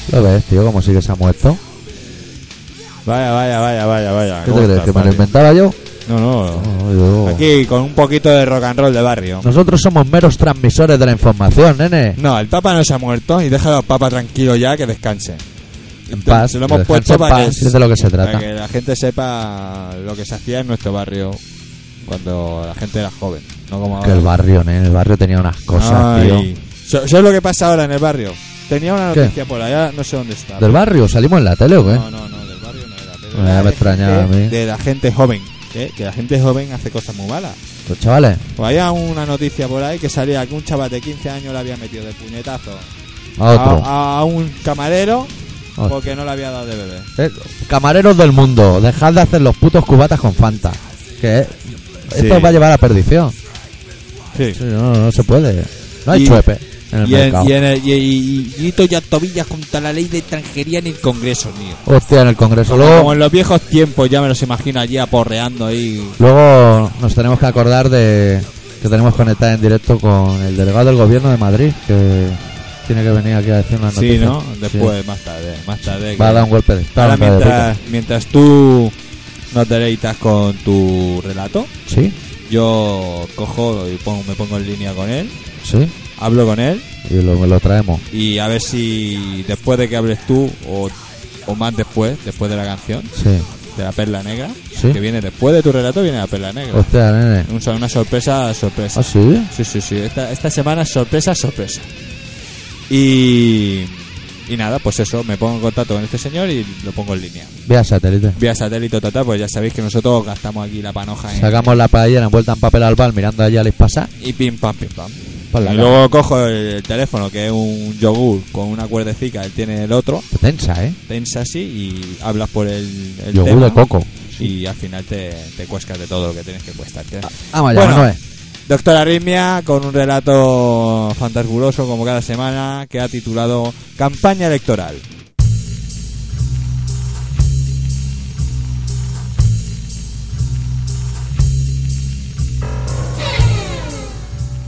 ¿Esto ves, tío? ¿Cómo sigue se ha muerto?
Vaya, vaya, vaya, vaya, vaya.
¿Qué
¿Cómo
te crees?
estás,
¿Que me lo Oh.
Mario?
inventaba yo?
No, no.
No, yo-
Aquí con un poquito de rock and roll de barrio.
Nosotros somos meros transmisores de la información, nene.
No, el Papa no se ha muerto y deja al Papa tranquilo ya que descanse.
En paz,
Se lo
que
hemos
descanse
puesto
en
para
paz,
que,
es de lo que se
para
trata.
que la gente sepa lo que se hacía en nuestro barrio cuando la gente era joven. No como
Que
ahora.
el barrio, nene, el barrio tenía unas cosas,
Ay. So- ¿Sabes lo que pasa ahora en el barrio? Tenía una
¿Qué?
noticia por allá, no sé dónde está.
tío. ¿Del barrio? ¿Salimos en la tele o qué?
No, no, no, del barrio no era. pero
Ah,
era
me
de
extrañaba
gente-
a mí.
De la gente joven. ¿eh? Que la gente joven hace cosas muy malas.
Los chavales.
Pues había una noticia por ahí que salía que un chaval de 15 años le había metido de puñetazo Ah,
A otro.
a- a un camarero
A otro.
porque no le había dado de beber.
Eh, Camareros del mundo, dejad de hacer los putos cubatas con Fanta. Que eh, esto
Sí.
va a llevar a perdición.
Sí.
Sí, no, no se puede. No hay
Y-
chuepe en el
y, en,
mercado.
y, en el, y, y- y gritos y a tobillas contra la ley de extranjería en el Congreso, tío.
Hostia, en el Congreso.
Como
Luego,
en los viejos tiempos, ya me los imagino allí aporreando ahí.
luego nos tenemos que acordar de que tenemos conectada en directo con el delegado del gobierno de Madrid, que tiene que venir aquí a decir una noticia.
Sí, ¿no?
Sí.
Después, más tarde, más tarde. que-
Va a dar un golpe de estado.
Ahora,
en Radio
mientras, mientras tú nos deleitas con tu relato,
Pica. Sí,
yo cojo y pongo- me pongo en línea con él,
sí.
hablo con él
Y lo, lo traemos.
y a ver si después de que hables tú o, o más después, después de la canción,
Sí.
de la perla negra,
Sí.
que viene después de tu relato, viene la perla negra.
Hostia, nene.
Un so- una sorpresa, sorpresa.
¿Ah, sí?
Sí, sí, sí. Esta, esta semana es sorpresa, sorpresa. Y, y nada, pues eso, me pongo en contacto con este señor y lo pongo en línea.
Vía satélite.
Vía satélite total, pues ya sabéis que nosotros gastamos aquí la panoja en-
Sacamos la paella envuelta en papel albal mirando allá les pasa.
y pim pam, pim pam.
Por la
y luego cojo el teléfono, que es un yogur con una cuerdecica, él tiene el otro,
cara. Tensa, ¿eh?
tensa así y hablas por el, el
Yogur
tema
de coco.
y al final te, te cuescas de todo lo que tienes que cuestarte.
Vamos allá,
Ah, Bueno.
Manuel.
Doctor Arritmia, con un relato fantasbuloso como cada semana, que ha titulado Campaña Electoral.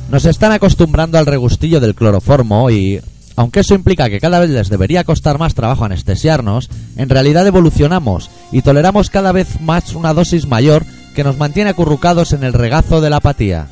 Nos están acostumbrando al regustillo del cloroformo y, aunque eso implica que cada vez les debería costar más trabajo anestesiarnos, en realidad evolucionamos y toleramos cada vez más una dosis mayor que nos mantiene acurrucados en el regazo de la apatía.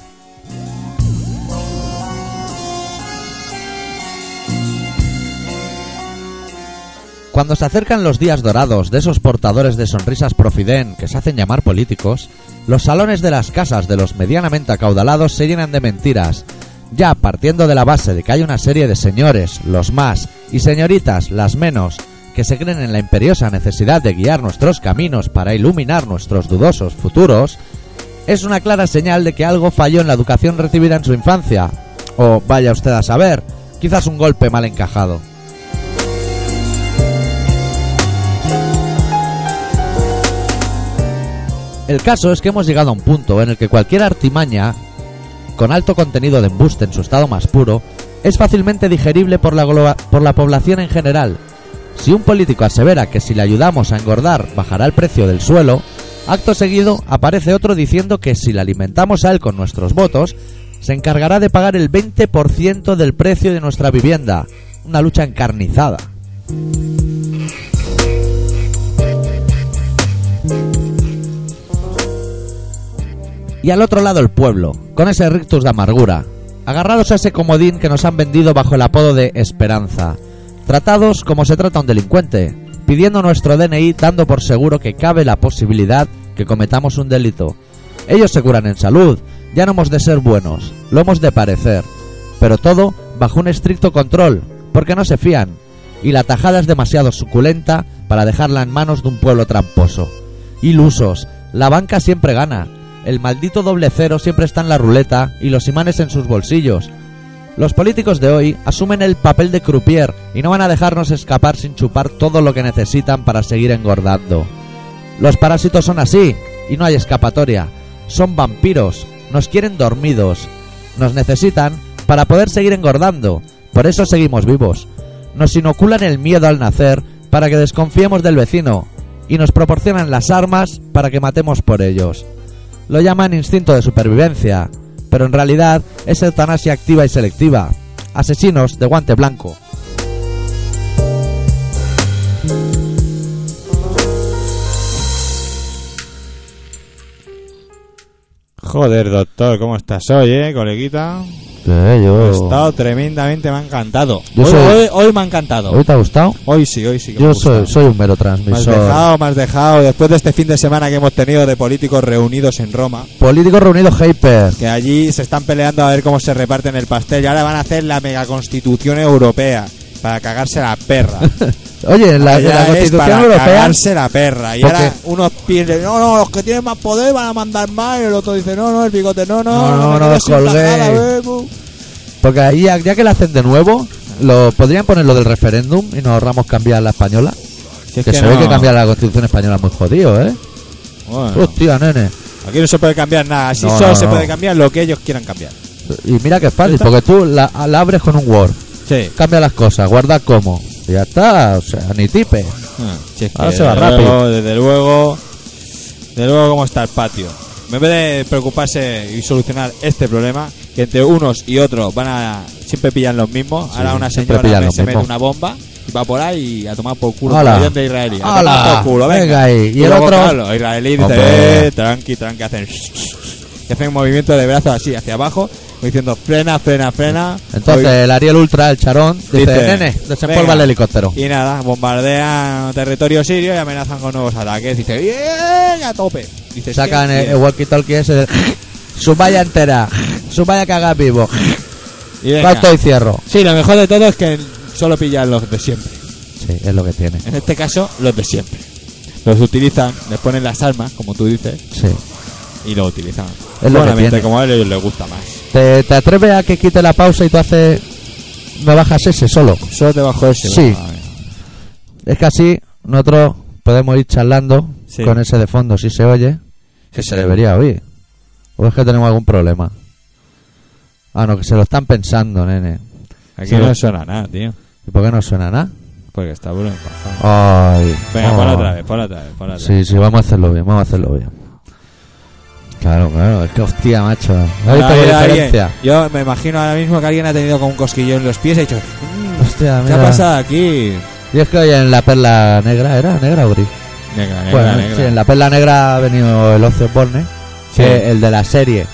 Cuando se acercan los días dorados de esos portadores de sonrisas profidén que se hacen llamar políticos, los salones de las casas de los medianamente acaudalados se llenan de mentiras. Ya partiendo de la base de que hay una serie de señores, los más, y señoritas, las menos, que se creen en la imperiosa necesidad de guiar nuestros caminos para iluminar nuestros dudosos futuros, es una clara señal de que algo falló en la educación recibida en su infancia. O vaya usted a saber, quizás un golpe mal encajado. El caso es que hemos llegado a un punto en el que cualquier artimaña con alto contenido de embuste en su estado más puro es fácilmente digerible por la, globa- por la población en general. Si un político asevera que si le ayudamos a engordar bajará el precio del suelo, acto seguido aparece otro diciendo que si le alimentamos a él con nuestros votos, se encargará de pagar el 20% del precio de nuestra vivienda. Una lucha encarnizada. y al otro lado el pueblo, con ese rictus de amargura, agarrados a ese comodín que nos han vendido bajo el apodo de Esperanza, tratados como se trata un delincuente, pidiendo nuestro DNI dando por seguro que cabe la posibilidad que cometamos un delito. Ellos se curan en salud, ya no hemos de ser buenos, lo hemos de parecer, pero todo bajo un estricto control, porque no se fían, y la tajada es demasiado suculenta para dejarla en manos de un pueblo tramposo. Ilusos, la banca siempre gana, el maldito doble cero siempre está en la ruleta y los imanes en sus bolsillos. Los políticos de hoy asumen el papel de croupier y no van a dejarnos escapar sin chupar todo lo que necesitan para seguir engordando. Los parásitos son así y no hay escapatoria. Son vampiros, nos quieren dormidos. Nos necesitan para poder seguir engordando. Por eso seguimos vivos. Nos inoculan el miedo al nacer para que desconfiemos del vecino y nos proporcionan las armas para que matemos por ellos. Lo llaman instinto de supervivencia, pero en realidad es eutanasia activa y selectiva. Asesinos de guante blanco.
Joder, doctor, ¿cómo estás hoy, eh, coleguita?
Que
He
yo...
estado tremendamente, me ha encantado.
Oh. Yo
hoy,
soy-
hoy- hoy me ha encantado.
¿Hoy te ha gustado?
Hoy sí, hoy sí. que me
Yo
ha
soy,
gustado.
soy un mero
Me has
transmisor.
dejado, me has dejado. Después de este fin de semana que hemos tenido de políticos reunidos en Roma,
Políticos reunidos hyper.
que allí se están peleando a ver cómo se reparten el pastel y ahora van a hacer la megaconstitución europea para cagarse la perra.
(laughs) Oye, en (laughs) la, en
Allá
la
es
Constitución
para
Europea...
cagarse la perra. Y
¿Por
ahora
qué?
unos piensan, no, no, los que tienen más poder van a mandar más. Y el otro dice, no, no, el bigote, no, no,
No, no,
me
no
quedo
os
sin
colguéis.
tajada, ve, bu".
Porque ahí, ya, ya que la hacen de nuevo, lo podrían poner lo del referéndum y nos ahorramos cambiar la española.
Si es
que se ve
no.
que cambiar la Constitución española es muy jodido, ¿eh?
Bueno,
Hostia, nene.
aquí no se puede cambiar nada. Así
No,
solo
no,
se
no.
puede cambiar lo que ellos quieran cambiar.
Y mira que es fácil,
¿Está?
porque tú la, la abres con un Word,
Sí.
cambia las cosas, guarda como. Y ya está, o sea, ni tipe.
Ah, si es que
Ahora se va
desde
rápido.
luego, desde luego, desde luego cómo está el patio. En vez de preocuparse y solucionar este problema, que entre unos y otros van a siempre pillan los mismos, ahora una
siempre
señora
pillan
me-
los
se mete
mismos.
una bomba y va por ahí y a tomar por culo
Ala.
el de israelí. A
Ala.
tomar por culo, venga.
Venga ahí. Y el
luego,
otro-
claro, los israelíes dicen,
Hombre.
eh, tranqui, tranqui, hacen y hacen un movimiento de brazos así hacia abajo, como diciendo frena, frena, frena.
Entonces,
Voy-
el Ariel Ultra, el charón, dice, nene, desempolva
venga".
el helicóptero.
Y nada, bombardean territorio sirio y amenazan con nuevos ataques. Dice, bien, a tope. Dice,
Sacan eh, el,
"Sí,
el walkie-talkie ese de... Subaya entera, subaya que hagas vivo,
sí". Y venga.
gasto y cierro.
Sí, lo mejor de todo es que solo pillan los de siempre.
Sí, es lo que tiene.
En este caso, los de siempre. Los utilizan, les ponen las armas, como tú dices,
Sí.
y lo utilizan.
lo que
Buenamente,
tiene.
como a ellos les gusta más.
¿Te, te atreves a que quite la pausa y tú haces... Me bajas ese solo?
Solo te bajo ese.
Sí.
¿verdad?
Es que así nosotros podemos ir charlando
Sí.
con ese de fondo si se oye, que se debería oír. ¿O es que tenemos algún problema? Ah, no, que se lo están pensando, nene.
Aquí
Sí.
no suena nada, tío.
¿Y por qué no suena nada?
Porque está bueno.
Ah. Ay.
Venga,
oh.
ponla otra vez, ponla otra vez, ponla otra vez.
Sí, sí, vamos a hacerlo bien, vamos a hacerlo bien. Claro, claro, es que hostia, macho. ¿No hay
Ahora
por
alguien-
diferencia?
yo me imagino ahora mismo que alguien ha tenido como un cosquillo en los pies y ha dicho, "Mm,
Hostia,
¿Qué ha
mira.
pasado aquí?
Y es que hoy en la perla negra, ¿era negra o gris?
Negra, negra,
Bueno,
negra.
sí, en la perla negra ha venido el Ocio Borne,
Sí.
que el de la serie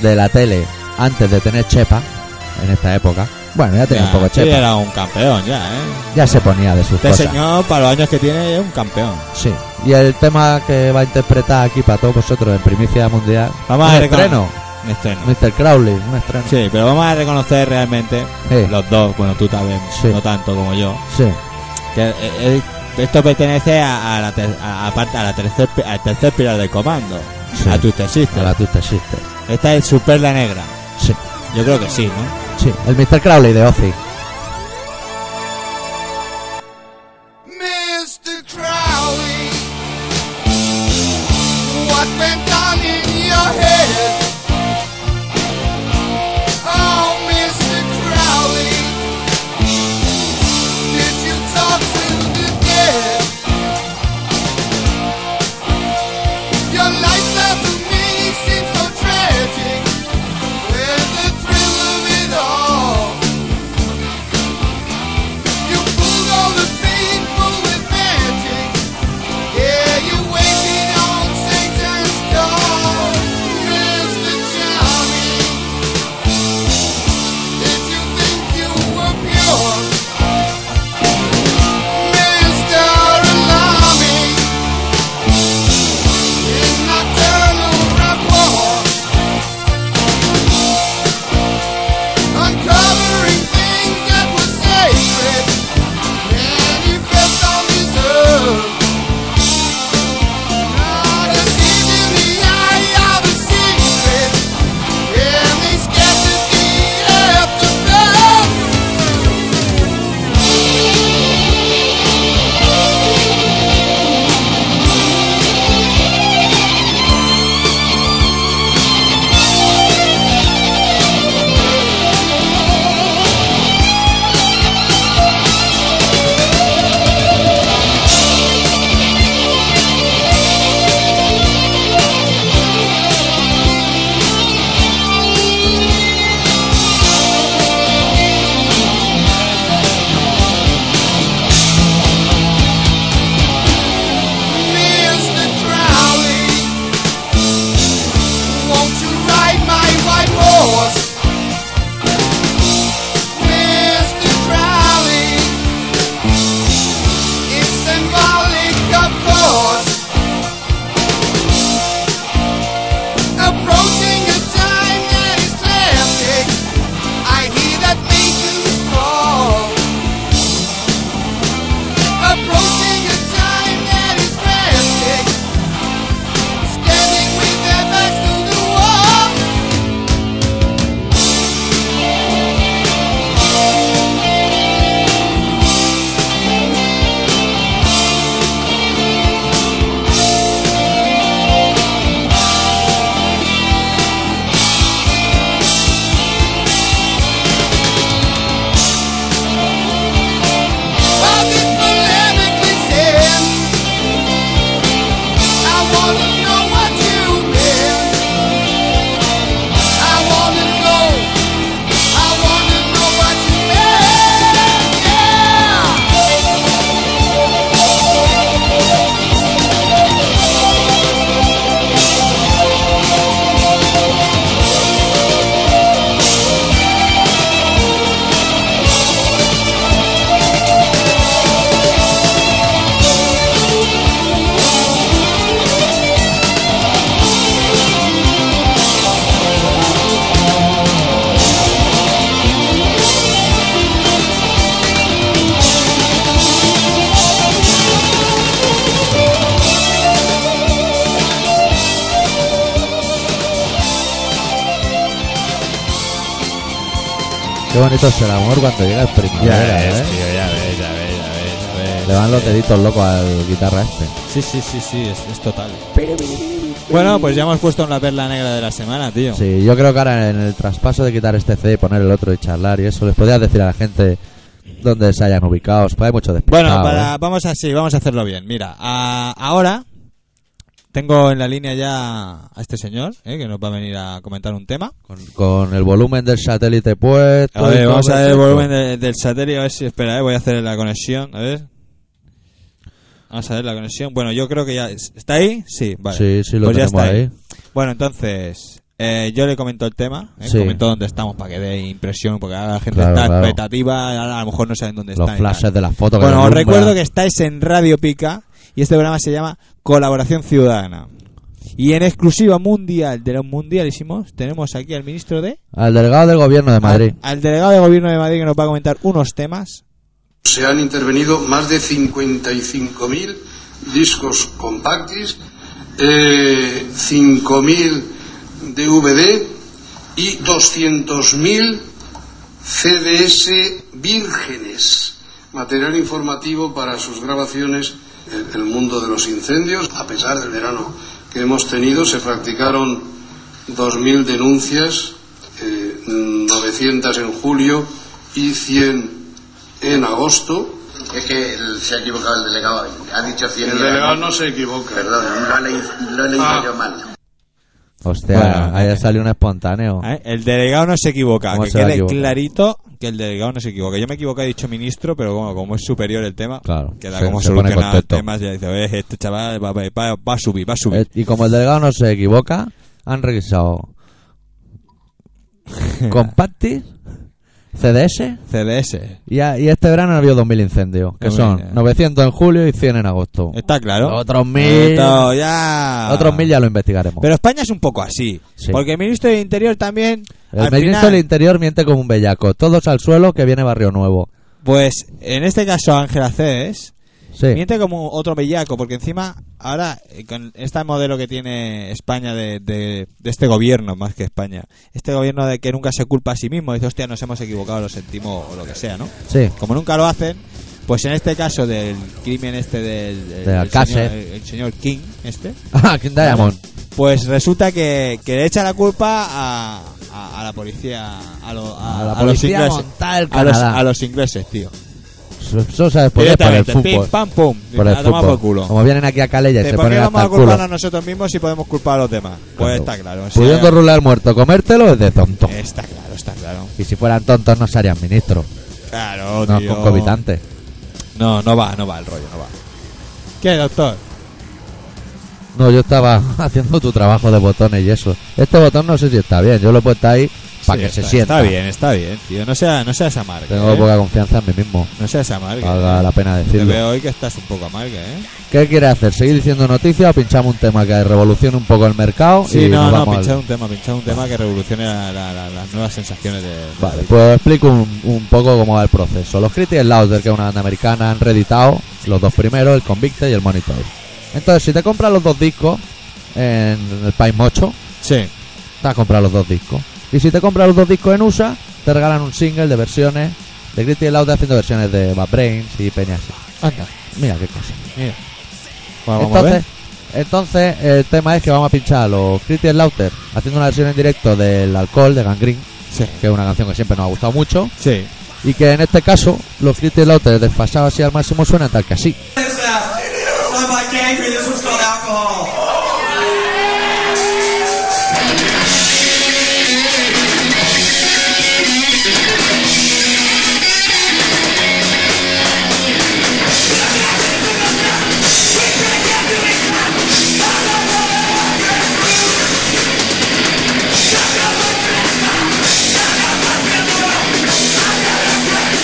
de la tele antes de tener chepa en esta época. Bueno, ya tenía
Ya,
un poco
sí,
chepa,
era un campeón ya, ¿eh?
ya se ponía de sus
Este
cosas.
señor, para los años que tiene, es un campeón.
Sí. Y el tema que va a interpretar aquí para todos vosotros en primicia mundial,
Vamos a
un
ver cómo-
estreno,
Un estreno.
Mr. Crowley, un estreno.
Sí, pero vamos a reconocer realmente
Sí,
los dos, bueno, tú también,
Sí.
no tanto como yo,
sí.
que eh, eh, esto pertenece a, a la, ter- a, a parte- a la tercer, pi- al tercer pilar del comando,
Sí.
a tus tesistas.
A la Twisted Sister.
Esta es su perla negra.
Sí,
Yo creo que sí, ¿no?
sí. El Mr. Crowley de Ozzy.
Mr. Crowley, what went on in your head? Oh, Mr. Crowley, did you talk to the dead? Your lifestyle to me seems so tragic. Where's the thrill of it all? You fooled all the people with magic. Yeah, you waited on Satan's call, Mr.
Qué bonito es el amor cuando llega el primavera, ¿eh?
tío, ya ves, ya ves, ya ves, ya ves.
Le van los deditos locos al guitarra este.
Sí, sí, sí, sí, es, es total. Bueno, pues ya hemos puesto una perla negra de la semana, tío.
Sí, yo creo que ahora en el traspaso de quitar este CD y poner el otro y charlar y eso, les podías decir a la gente dónde se hayan ubicado. Pues hay mucho despistado.
Bueno, para-
¿eh?
vamos así, vamos a hacerlo bien. Mira, a- ahora tengo en la línea ya a este señor, ¿eh? que nos va a venir a comentar un tema.
Con, con el volumen del satélite puesto.
A
y
ver,
todo
vamos a ver el
perfecto.
volumen de- del satélite, a ver si espera, ¿eh? voy a hacer la conexión, a ver. Vamos a ver la conexión. Bueno, yo creo que ya... es- ¿Está ahí? Sí, vale.
Sí, sí, lo
Pues ya
tenemos
está
ahí.
Bueno, entonces, eh, yo le comento el tema, ¿eh?
Sí.
comento dónde estamos para que dé impresión, porque ahora la gente
Claro,
está
claro.
expectativa, ahora a lo mejor no saben dónde
Los
están. y tal.
flashes de las fotos. que
Bueno, os
deslumbran.
recuerdo que estáis en Radio Pica y este programa se llama Colaboración Ciudadana. Y en exclusiva mundial de los mundialísimos tenemos aquí al ministro de
Al delegado del
Ah.
gobierno de Madrid.
al, al delegado de gobierno de Madrid que nos va a comentar unos temas.
Se han intervenido más de 55.000 discos compactis, eh, 5.000 DVD y 200.000 CDS vírgenes. Material informativo para sus grabaciones. El, el mundo de los incendios, a pesar del verano que hemos tenido, se practicaron 2.000 denuncias, eh, 900 en julio y 100 en agosto.
Es que el- se ha equivocado el delegado. Ha dicho 100
El
y era-
delegado no se equivoca.
Perdón, lo he leído, lo he leído
Ah.
yo mal.
Hostia,
Bueno,
ahí salió un espontáneo.
¿eh? El delegado no se equivoca,
¿Cómo
que
se va a
quede
equivocar?
clarito que el delegado no se equivoca. Yo me equivoqué, he dicho ministro, pero como, como es superior el tema,
Claro,
queda
se-
como
se pone
solucionado el
contento.
tema. Ya dice, "Eh, este chaval va, va- va- va a subir, va a subir.
Eh, y como el delegado no se equivoca,
(laughs)
han requisado compactis, CDS
CDS.
y, a- y este verano ha habido 2.000 incendios, que
Hombre,
son
ya.
900 en julio y 100 en agosto.
¿Está claro?
Otros mil.
Otro- ya.
Otros 1.000 ya lo investigaremos.
Pero España es un poco así.
Sí.
Porque el ministro del Interior también.
el
al
ministro
final,
del Interior miente como un bellaco. Todos al suelo que viene Barrio Nuevo.
Pues en este caso, Ángela Cés.
Sí.
Miente como otro bellaco, porque encima, ahora, eh, con este modelo que tiene España de, de- de este gobierno, más que España, este gobierno de que nunca se culpa a sí mismo, dice, hostia, nos hemos equivocado, lo sentimos o lo que sea, ¿no?
Sí. (laughs)
Como nunca lo hacen, pues en este caso del crimen este del, del- del
Alcácer.
señor, el señor King, este,
Ah, King Diamond.
Pues resulta que, que le echa la culpa a, a- a la policía, a, lo- a-
A la
los
policía
ingleses.
montada del
a, los,
Canadá.
a los ingleses, tío.
Eso- Eso sabes por qué, por el
Directamente,
fútbol.
pim, pam, pum.
Por el
a tomar
fútbol.
por culo.
Como vienen aquí a Calella y
Dice,
se
¿Por qué
ponen
vamos
hasta
a
el culo.
culparnos nosotros mismos si podemos culpar a los demás? Pues está claro. o sea, Eh.
Pudiendo rular muerto, comértelo es de tonto.
está claro, está claro.
Y si fueran tontos no serían ministros,
Claro,
no
tío.
concomitantes.
No, no va, no va el rollo, no va. ¿Qué, doctor?
No, yo estaba (laughs) haciendo tu trabajo de botones y eso. Este botón no sé si está bien, yo lo he puesto ahí para
Sí,
que
está,
se sienta.
Está bien, está bien, tío. No sea, no seas amarga.
Tengo
¿eh?
poca confianza en mí mismo,
No seas amarga.
valga
¿eh?
la pena
Te
decirlo.
veo hoy que estás un poco amarga, ¿eh?
¿Qué quiere hacer? ¿Seguir diciendo noticias o pinchamos un tema que revolucione un poco el mercado?
Sí,
y
no,
nos
no,
vamos al-
pinchar un tema, pinchar un tema que revolucione la- la- la- las nuevas sensaciones de... de
Vale,
la-
pues explico un, un poco cómo va el proceso. Los Critical Louder, que es una banda americana, han reeditado los dos primeros, el Convicted y el Monitor. Entonces, si te compras los dos discos en el País Mocho,
Sí,
te has comprado los dos discos. Y si te compras los dos discos en USA, te regalan un single de versiones de Critical Louder haciendo versiones de Bad Brains y Peñas.
anda,
Mira qué cosa.
mira. Bueno, vamos
Entonces, entonces, el tema es que vamos a pinchar a los Critical Louder haciendo una versión en directo del Alcohol de Gangrene,
a ver. Sí,
que es una canción que siempre nos ha gustado mucho.
sí.
Y que en este caso, los Critical Outers desfasados así al máximo suenan tal que así.
This uh, song by Gangrene. This one's called Alcohol.
Thank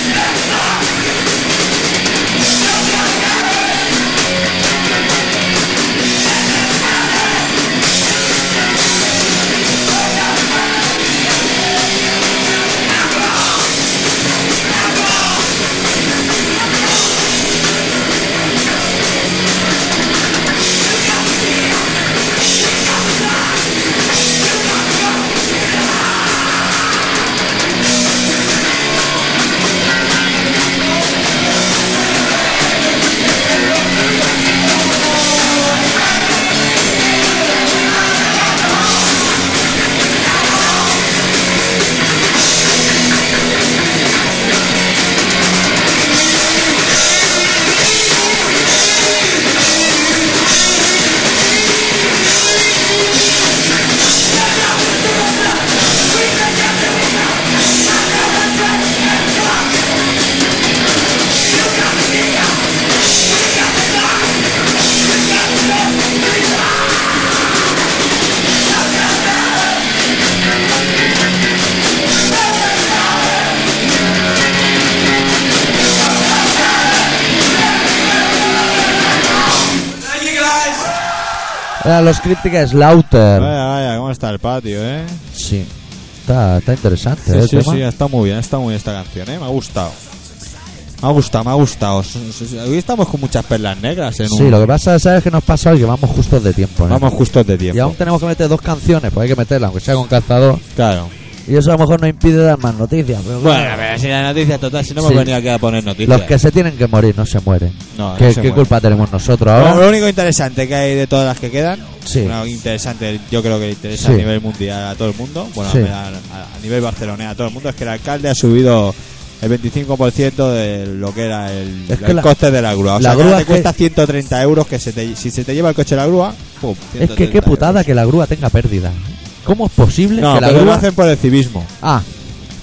Eran los Cryptic Slaughter.
Vaya, vaya, cómo está el patio, ¿eh?
Sí. Está, está interesante
Sí,
¿eh, el
sí,
tema.
sí, está muy bien, está muy bien esta canción, ¿eh? Me ha gustado. Me ha gustado, me ha gustado. S- s- s- Hoy estamos con muchas perlas negras en
Sí,
un...
lo que pasa es ¿sabes qué nos pasa hoy? Que vamos justos de tiempo. ¿eh?
Vamos justos de
Y
tiempo.
aún tenemos que meter dos canciones, pues hay que meterlas, aunque sea con calzador.
Claro.
Y eso a lo mejor nos impide dar más noticias. Pero
Bueno, pero si la noticia total, si no hemos
Sí.
venido aquí a poner noticias.
Los que se tienen que morir no se mueren.
No, no
¿Qué,
se
qué
mueren.
culpa tenemos nosotros ahora?
Lo, lo único interesante que hay de todas las que quedan,
Sí.
bueno, interesante, yo creo que le interesa
Sí.
a nivel mundial a todo el mundo, bueno,
Sí.
a, a- a nivel barcelonés a todo el mundo, es que el alcalde ha subido el 25% de lo que era el,
Es
el
que la-
coste de la grúa. O
la
sea, que
grúa
ahora te
es que-
cuesta 130 euros, que se te- si se te lleva el coche la grúa, pum,
es que
130
qué putada
euros.
que la grúa tenga pérdida. ¿Cómo es posible
No,
que la
pero lo
grúa...
hacen por el civismo,
Ah,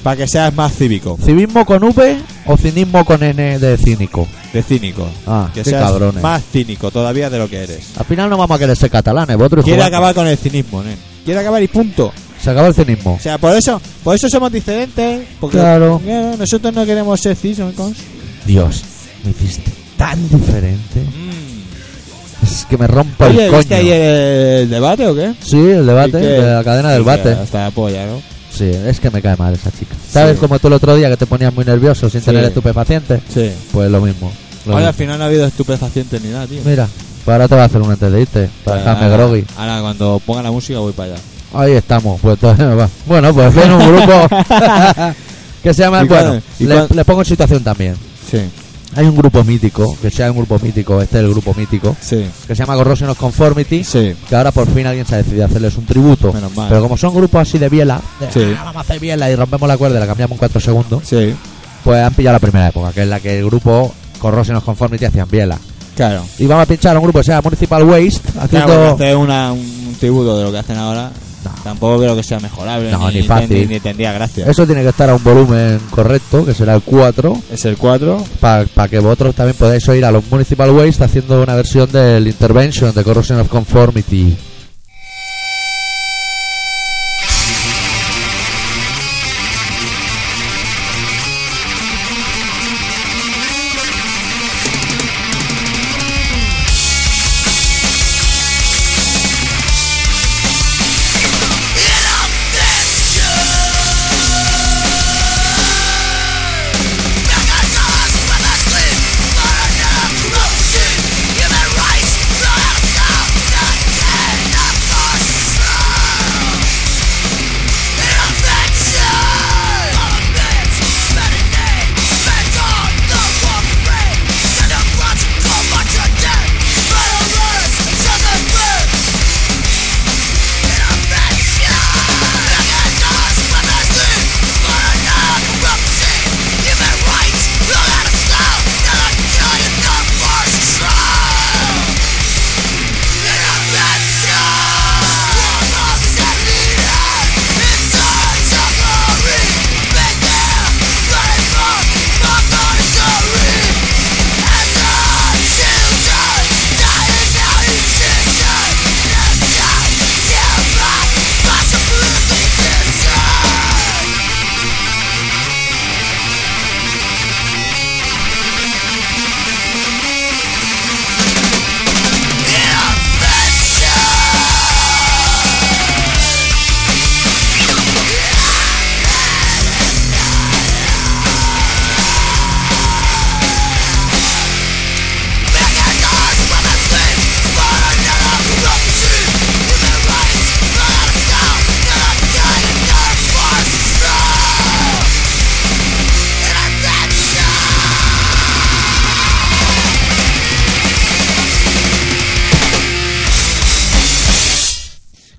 para que seas más cívico,
civismo con V o cinismo con N de cínico.
de cínico.
Ah,
que
qué
seas
cabrones.
más cínico todavía de lo que eres.
Al final no vamos a querer ser catalanes, vosotros
Quiere
jugáis.
acabar con el cinismo, nen. Quiere acabar y punto.
Se acaba el cinismo.
O sea, por eso, por eso somos diferentes. Porque
Claro.
Claro, nosotros no queremos ser cismicons.
Dios, me hiciste tan diferente. Es que me rompo
Mm. Oye,
el coño.
¿viste ayer el debate o qué?
Sí, el debate,
¿Y qué?
de la cadena del
Sí, que
bate.
Hasta la polla, ¿no?
Sí, es que me cae mal esa chica. ¿Sabes
Sí.
como tú el otro día que te ponías muy nervioso sin
Sí.
tener estupefacientes?
Sí.
Pues lo mismo. lo
Ahora al
mismo.
final no ha habido estupefacientes ni nada, tío.
Mira, pues ahora te voy a hacer un antes de irte,
Pues
para dejarme
ahora,
groggy.
Ahora cuando ponga la música voy para allá.
Ahí estamos, pues todavía no (laughs) va. Bueno, pues viene un
(laughs)
grupo que se llama.
¿Y cuál-
Bueno,
y
le,
cuál-
le pongo en situación también.
Sí,
Hay un grupo mítico, que sea un grupo mítico, este es el grupo mítico,
sí,
que se llama Corrosion of Conformity.
sí.
Que ahora por fin alguien se ha decidido hacerles un tributo.
Menos mal.
Pero como son grupos así de biela, de,
Sí.
"Ah, vamos a hacer biela y rompemos la cuerda y la cambiamos en 4 segundos,
Sí,
pues han pillado la primera época, que es la que el grupo Corrosion of Conformity hacían biela.
claro.
Y vamos a pinchar a un grupo que se llama Municipal Waste, haciendo.
Claro, porque hacer una, un tributo de lo que hacen ahora
No.
tampoco creo que sea mejorable.
No, ni
ni,
fácil.
ten- ni tendría gracia.
Eso tiene que estar a un volumen correcto, que será el 4,
Es el 4.
para que vosotros también podáis oír a los Municipal Waste haciendo una versión del Intervention de Corrosion of Conformity.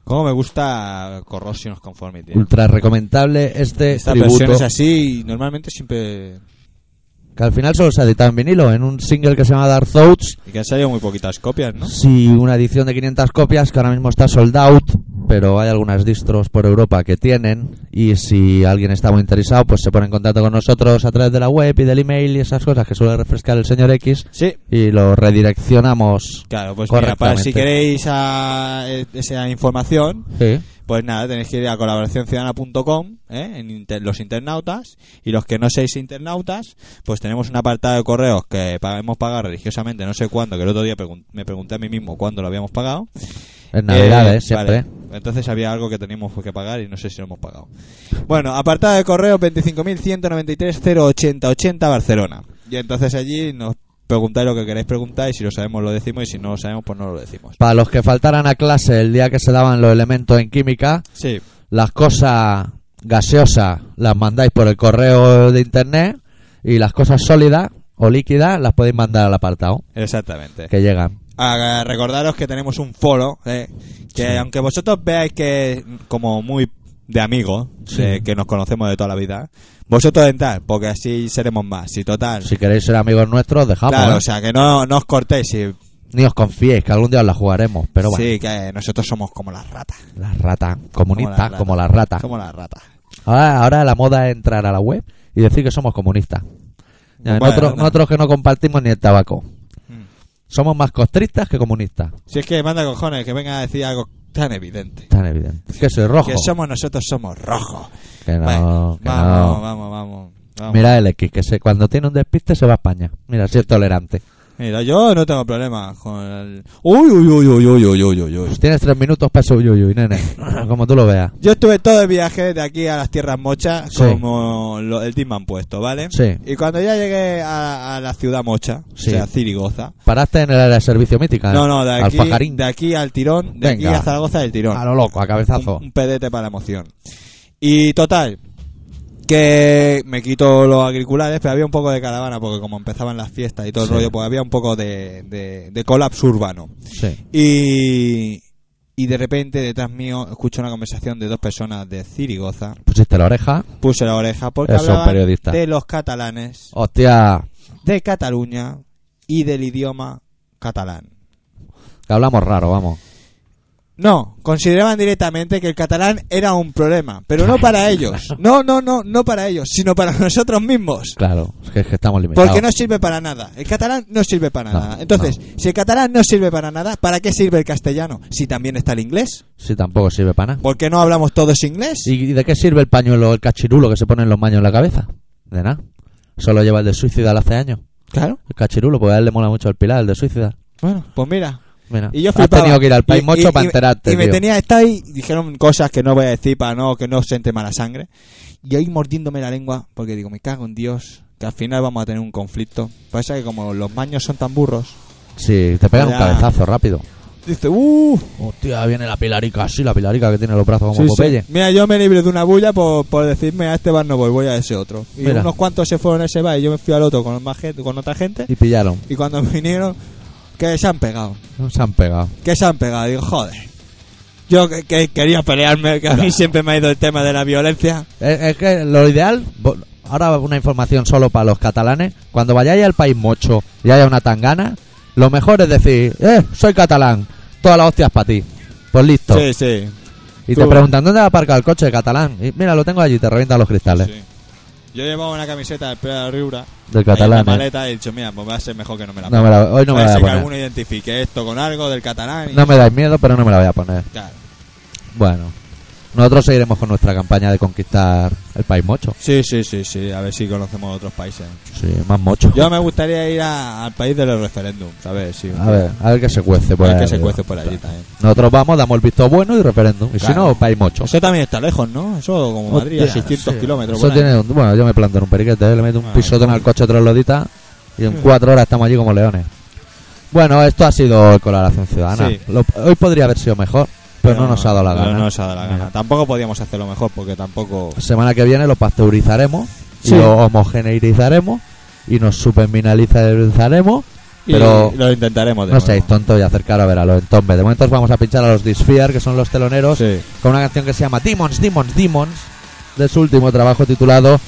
Como me gusta Corrosion of Conformity. ¿eh?
Ultra recomendable este
Esta versión
tributo.
es así y normalmente siempre.
Que al final solo se ha editado en vinilo, en un single que se llama Dark Thoughts.
Y que han salido muy poquitas copias, ¿no?
Sí, una edición de 500 copias que ahora mismo está sold out, pero hay algunas distros por Europa que tienen. Y si alguien está muy interesado, pues se pone en contacto con nosotros a través de la web y del email y esas cosas que suele refrescar el señor X.
Sí.
Y lo redireccionamos.
Claro, pues mira, para
correctamente.
si queréis a- eh, esa información,
Sí.
pues nada, tenéis que ir a colaboracionciudadana.com, ¿eh? en inter- los internautas, y los que no seáis internautas, pues tenemos un apartado de correos que pagamos pagar religiosamente, no sé cuándo, que el otro día pregun- me pregunté a mí mismo cuándo lo habíamos pagado,
En Navidades,
Eh, vale.
siempre.
Entonces había algo que teníamos que pagar y no sé si lo hemos pagado. Bueno, apartado de correo 25.193.080.80 Barcelona. Y entonces allí nos preguntáis lo que queráis preguntar y si lo sabemos lo decimos y si no lo sabemos pues no lo decimos.
Para los que faltaran a clase el día que se daban los elementos en química,
Sí,
las cosas gaseosas las mandáis por el correo de internet y las cosas sólidas o líquidas las podéis mandar al apartado
exactamente.
que llegan.
A- recordaros que tenemos un foro, eh, que aunque vosotros veáis que es como muy de amigos, de que nos conocemos de toda la vida, vosotros entrad, porque así seremos más. Y total,
Si queréis ser amigos nuestros, dejamos.
claro,
¿eh?
o sea, que no, no os cortéis. y-
Ni os confiéis que algún día os la jugaremos, pero bueno.
Sí, que nosotros somos como las ratas.
Las ratas
Como las
comunistas,
ratas.
como las ratas.
Como las ratas.
Ahora, ahora la moda es entrar a la web y decir que somos comunistas. Ya,
Bueno,
nosotros,
no.
nosotros que no compartimos ni el tabaco.
Mm.
Somos más costristas que comunistas.
Si es que manda cojones que venga a decir algo tan evidente.
Tan evidente. Que soy rojo.
Que somos nosotros, somos rojos.
Que no,
Bueno,
que
vamos,
no.
vamos, vamos, vamos. Mira.
Mira el X, que se, cuando tiene un despiste se va a España. Mira, si es tolerante.
yo no tengo problema con el... Uy, uy, uy, uy, uy, uy, uy, uy, uy.
Pues tienes tres minutos para su
(laughs)
yuyuy, nene. Como tú lo veas.
Yo estuve todo el viaje de aquí a las tierras mochas
Sí.
como lo- el team me han puesto, ¿vale?
Sí.
Y cuando ya llegué a, a la ciudad mocha,
Sí.
o sea, Zirigoza,
Paraste en el área de servicio mítica. ¿eh?
no, no, de aquí,
Al pajarín.
de aquí al tirón, de
Venga.
aquí a Zaragoza del tirón.
A lo loco, a cabezazo.
Un, un pedete para la emoción. Y total, que me quito los auriculares, pero había un poco de caravana, porque como empezaban las fiestas y todo
Sí.
el rollo, pues había un poco de, de, de colapso urbano.
Sí.
Y, y de repente, detrás mío, escucho una conversación de dos personas de Zirigoza.
Pusiste la oreja.
Puse la oreja porque
Eso,
hablaban
periodista.
de los catalanes,
Hostia,
de Cataluña y del idioma catalán.
que hablamos raro, vamos.
No, consideraban directamente que el catalán era un problema, pero no para ellos. No, no, no, no para ellos, sino para (laughs) nosotros mismos.
Claro, es que, es que estamos limitados.
Porque no sirve para nada. El catalán no sirve para
No,
nada. Entonces,
no.
si el catalán no sirve para nada, ¿para qué sirve el castellano? Si también está el inglés.
Sí, tampoco sirve para nada.
¿Por qué no hablamos todos inglés?
¿Y de qué sirve el pañuelo, el cachirulo que se pone en los maños en la cabeza? De nada. Solo lleva el de Suicidal hace años.
Claro.
El cachirulo, pues a él le mola mucho el pilar, el de Suicidal.
Bueno, pues mira.
Mira,
Y yo
has
flipaba.
tenido que ir al país
Y-
mocho
y-
para
y-
enterarte.
Y me
tío.
tenía esta ahí, dijeron cosas que no voy a decir para no, que no se entre mala sangre. Y ahí mordiéndome la lengua, porque digo, me cago en Dios, que al final vamos a tener un conflicto. Pasa que como los maños son tan burros,
Sí, te pegan un
Ya.
cabezazo rápido.
dice, uh,
Hostia, viene la pilarica, sí, la pilarica que tiene los brazos como
sí,
Popeye.
sí. Mira, yo me libré de una bulla por, por decirme a este bar no voy, voy a ese otro. Y
Mira.
unos cuantos se fueron a ese bar y yo me fui al otro con, más gente- con otra gente.
Y pillaron.
Y cuando (laughs) vinieron, que se han pegado.
No se han pegado.
que se han pegado. Digo, joder. Yo que, que quería pelearme, que a mí siempre me ha ido el tema de la violencia.
Es, Eh, es que lo ideal, bo- ahora una información solo para los catalanes, cuando vayáis al país mocho y haya una tangana, lo mejor es decir, eh, soy catalán, todas las hostias para ti. Pues listo.
Sí, sí.
y
tú-
te preguntan, ¿dónde has aparcado el coche catalán? Y mira, lo tengo allí, te revientan los cristales
sí. Yo llevaba una camiseta del Pere de Riura,
del
ahí en la
catalán. eh.
maleta, y he dicho, mira, pues va a ser mejor que no me la
No me la- hoy no me la
Parece
voy
que
a
alguno
poner.
identifique esto con algo del catalán. y-
No me dais miedo, pero no me la voy a poner.
Claro.
Bueno, nosotros seguiremos con nuestra campaña de conquistar el país mocho.
Sí, sí, sí, sí. A ver si conocemos otros países.
Sí, más mocho.
Yo me gustaría ir a- al país del referéndum, ¿sabes? Sí,
A ver, pues, a ver qué se cuece por
a ver
ahí
que se
arriba.
cuece por allí también.
Nosotros vamos, damos el visto bueno y referéndum. Y si
Claro.
no, país mocho.
Eso también está lejos, ¿no? Eso como Madrid, a
Hostia,
600
sí.
kilómetros.
Eso
por ahí.
tiene un- bueno, yo me planto en un periquete, ¿eh? le meto un
Ah,
pisotón al coche troslodita y en cuatro horas estamos allí como leones. Bueno, esto ha sido el Colaboración Ciudadana.
Sí.
Lo- hoy podría haber sido mejor, pero no, nos ha dado la
no
gana.
nos ha dado la gana. Tampoco podíamos hacerlo mejor porque tampoco.
La semana que viene lo pasteurizaremos, y
Sí.
lo homogeneizaremos y nos superminalizaremos. Pero
Y lo intentaremos de
no
nuevo.
seáis tontos y acercaros a ver a los entombes. De momento os vamos a pinchar a los Disfear, que son los teloneros,
Sí.
con una canción que se llama Demons, Demons, Demons, de su último trabajo titulado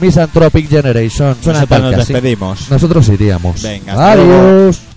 Misanthropic Generation. Suena
Nosotros
tal
nos
que así.
despedimos.
Nosotros iríamos.
Venga, hasta
Adiós.
luego.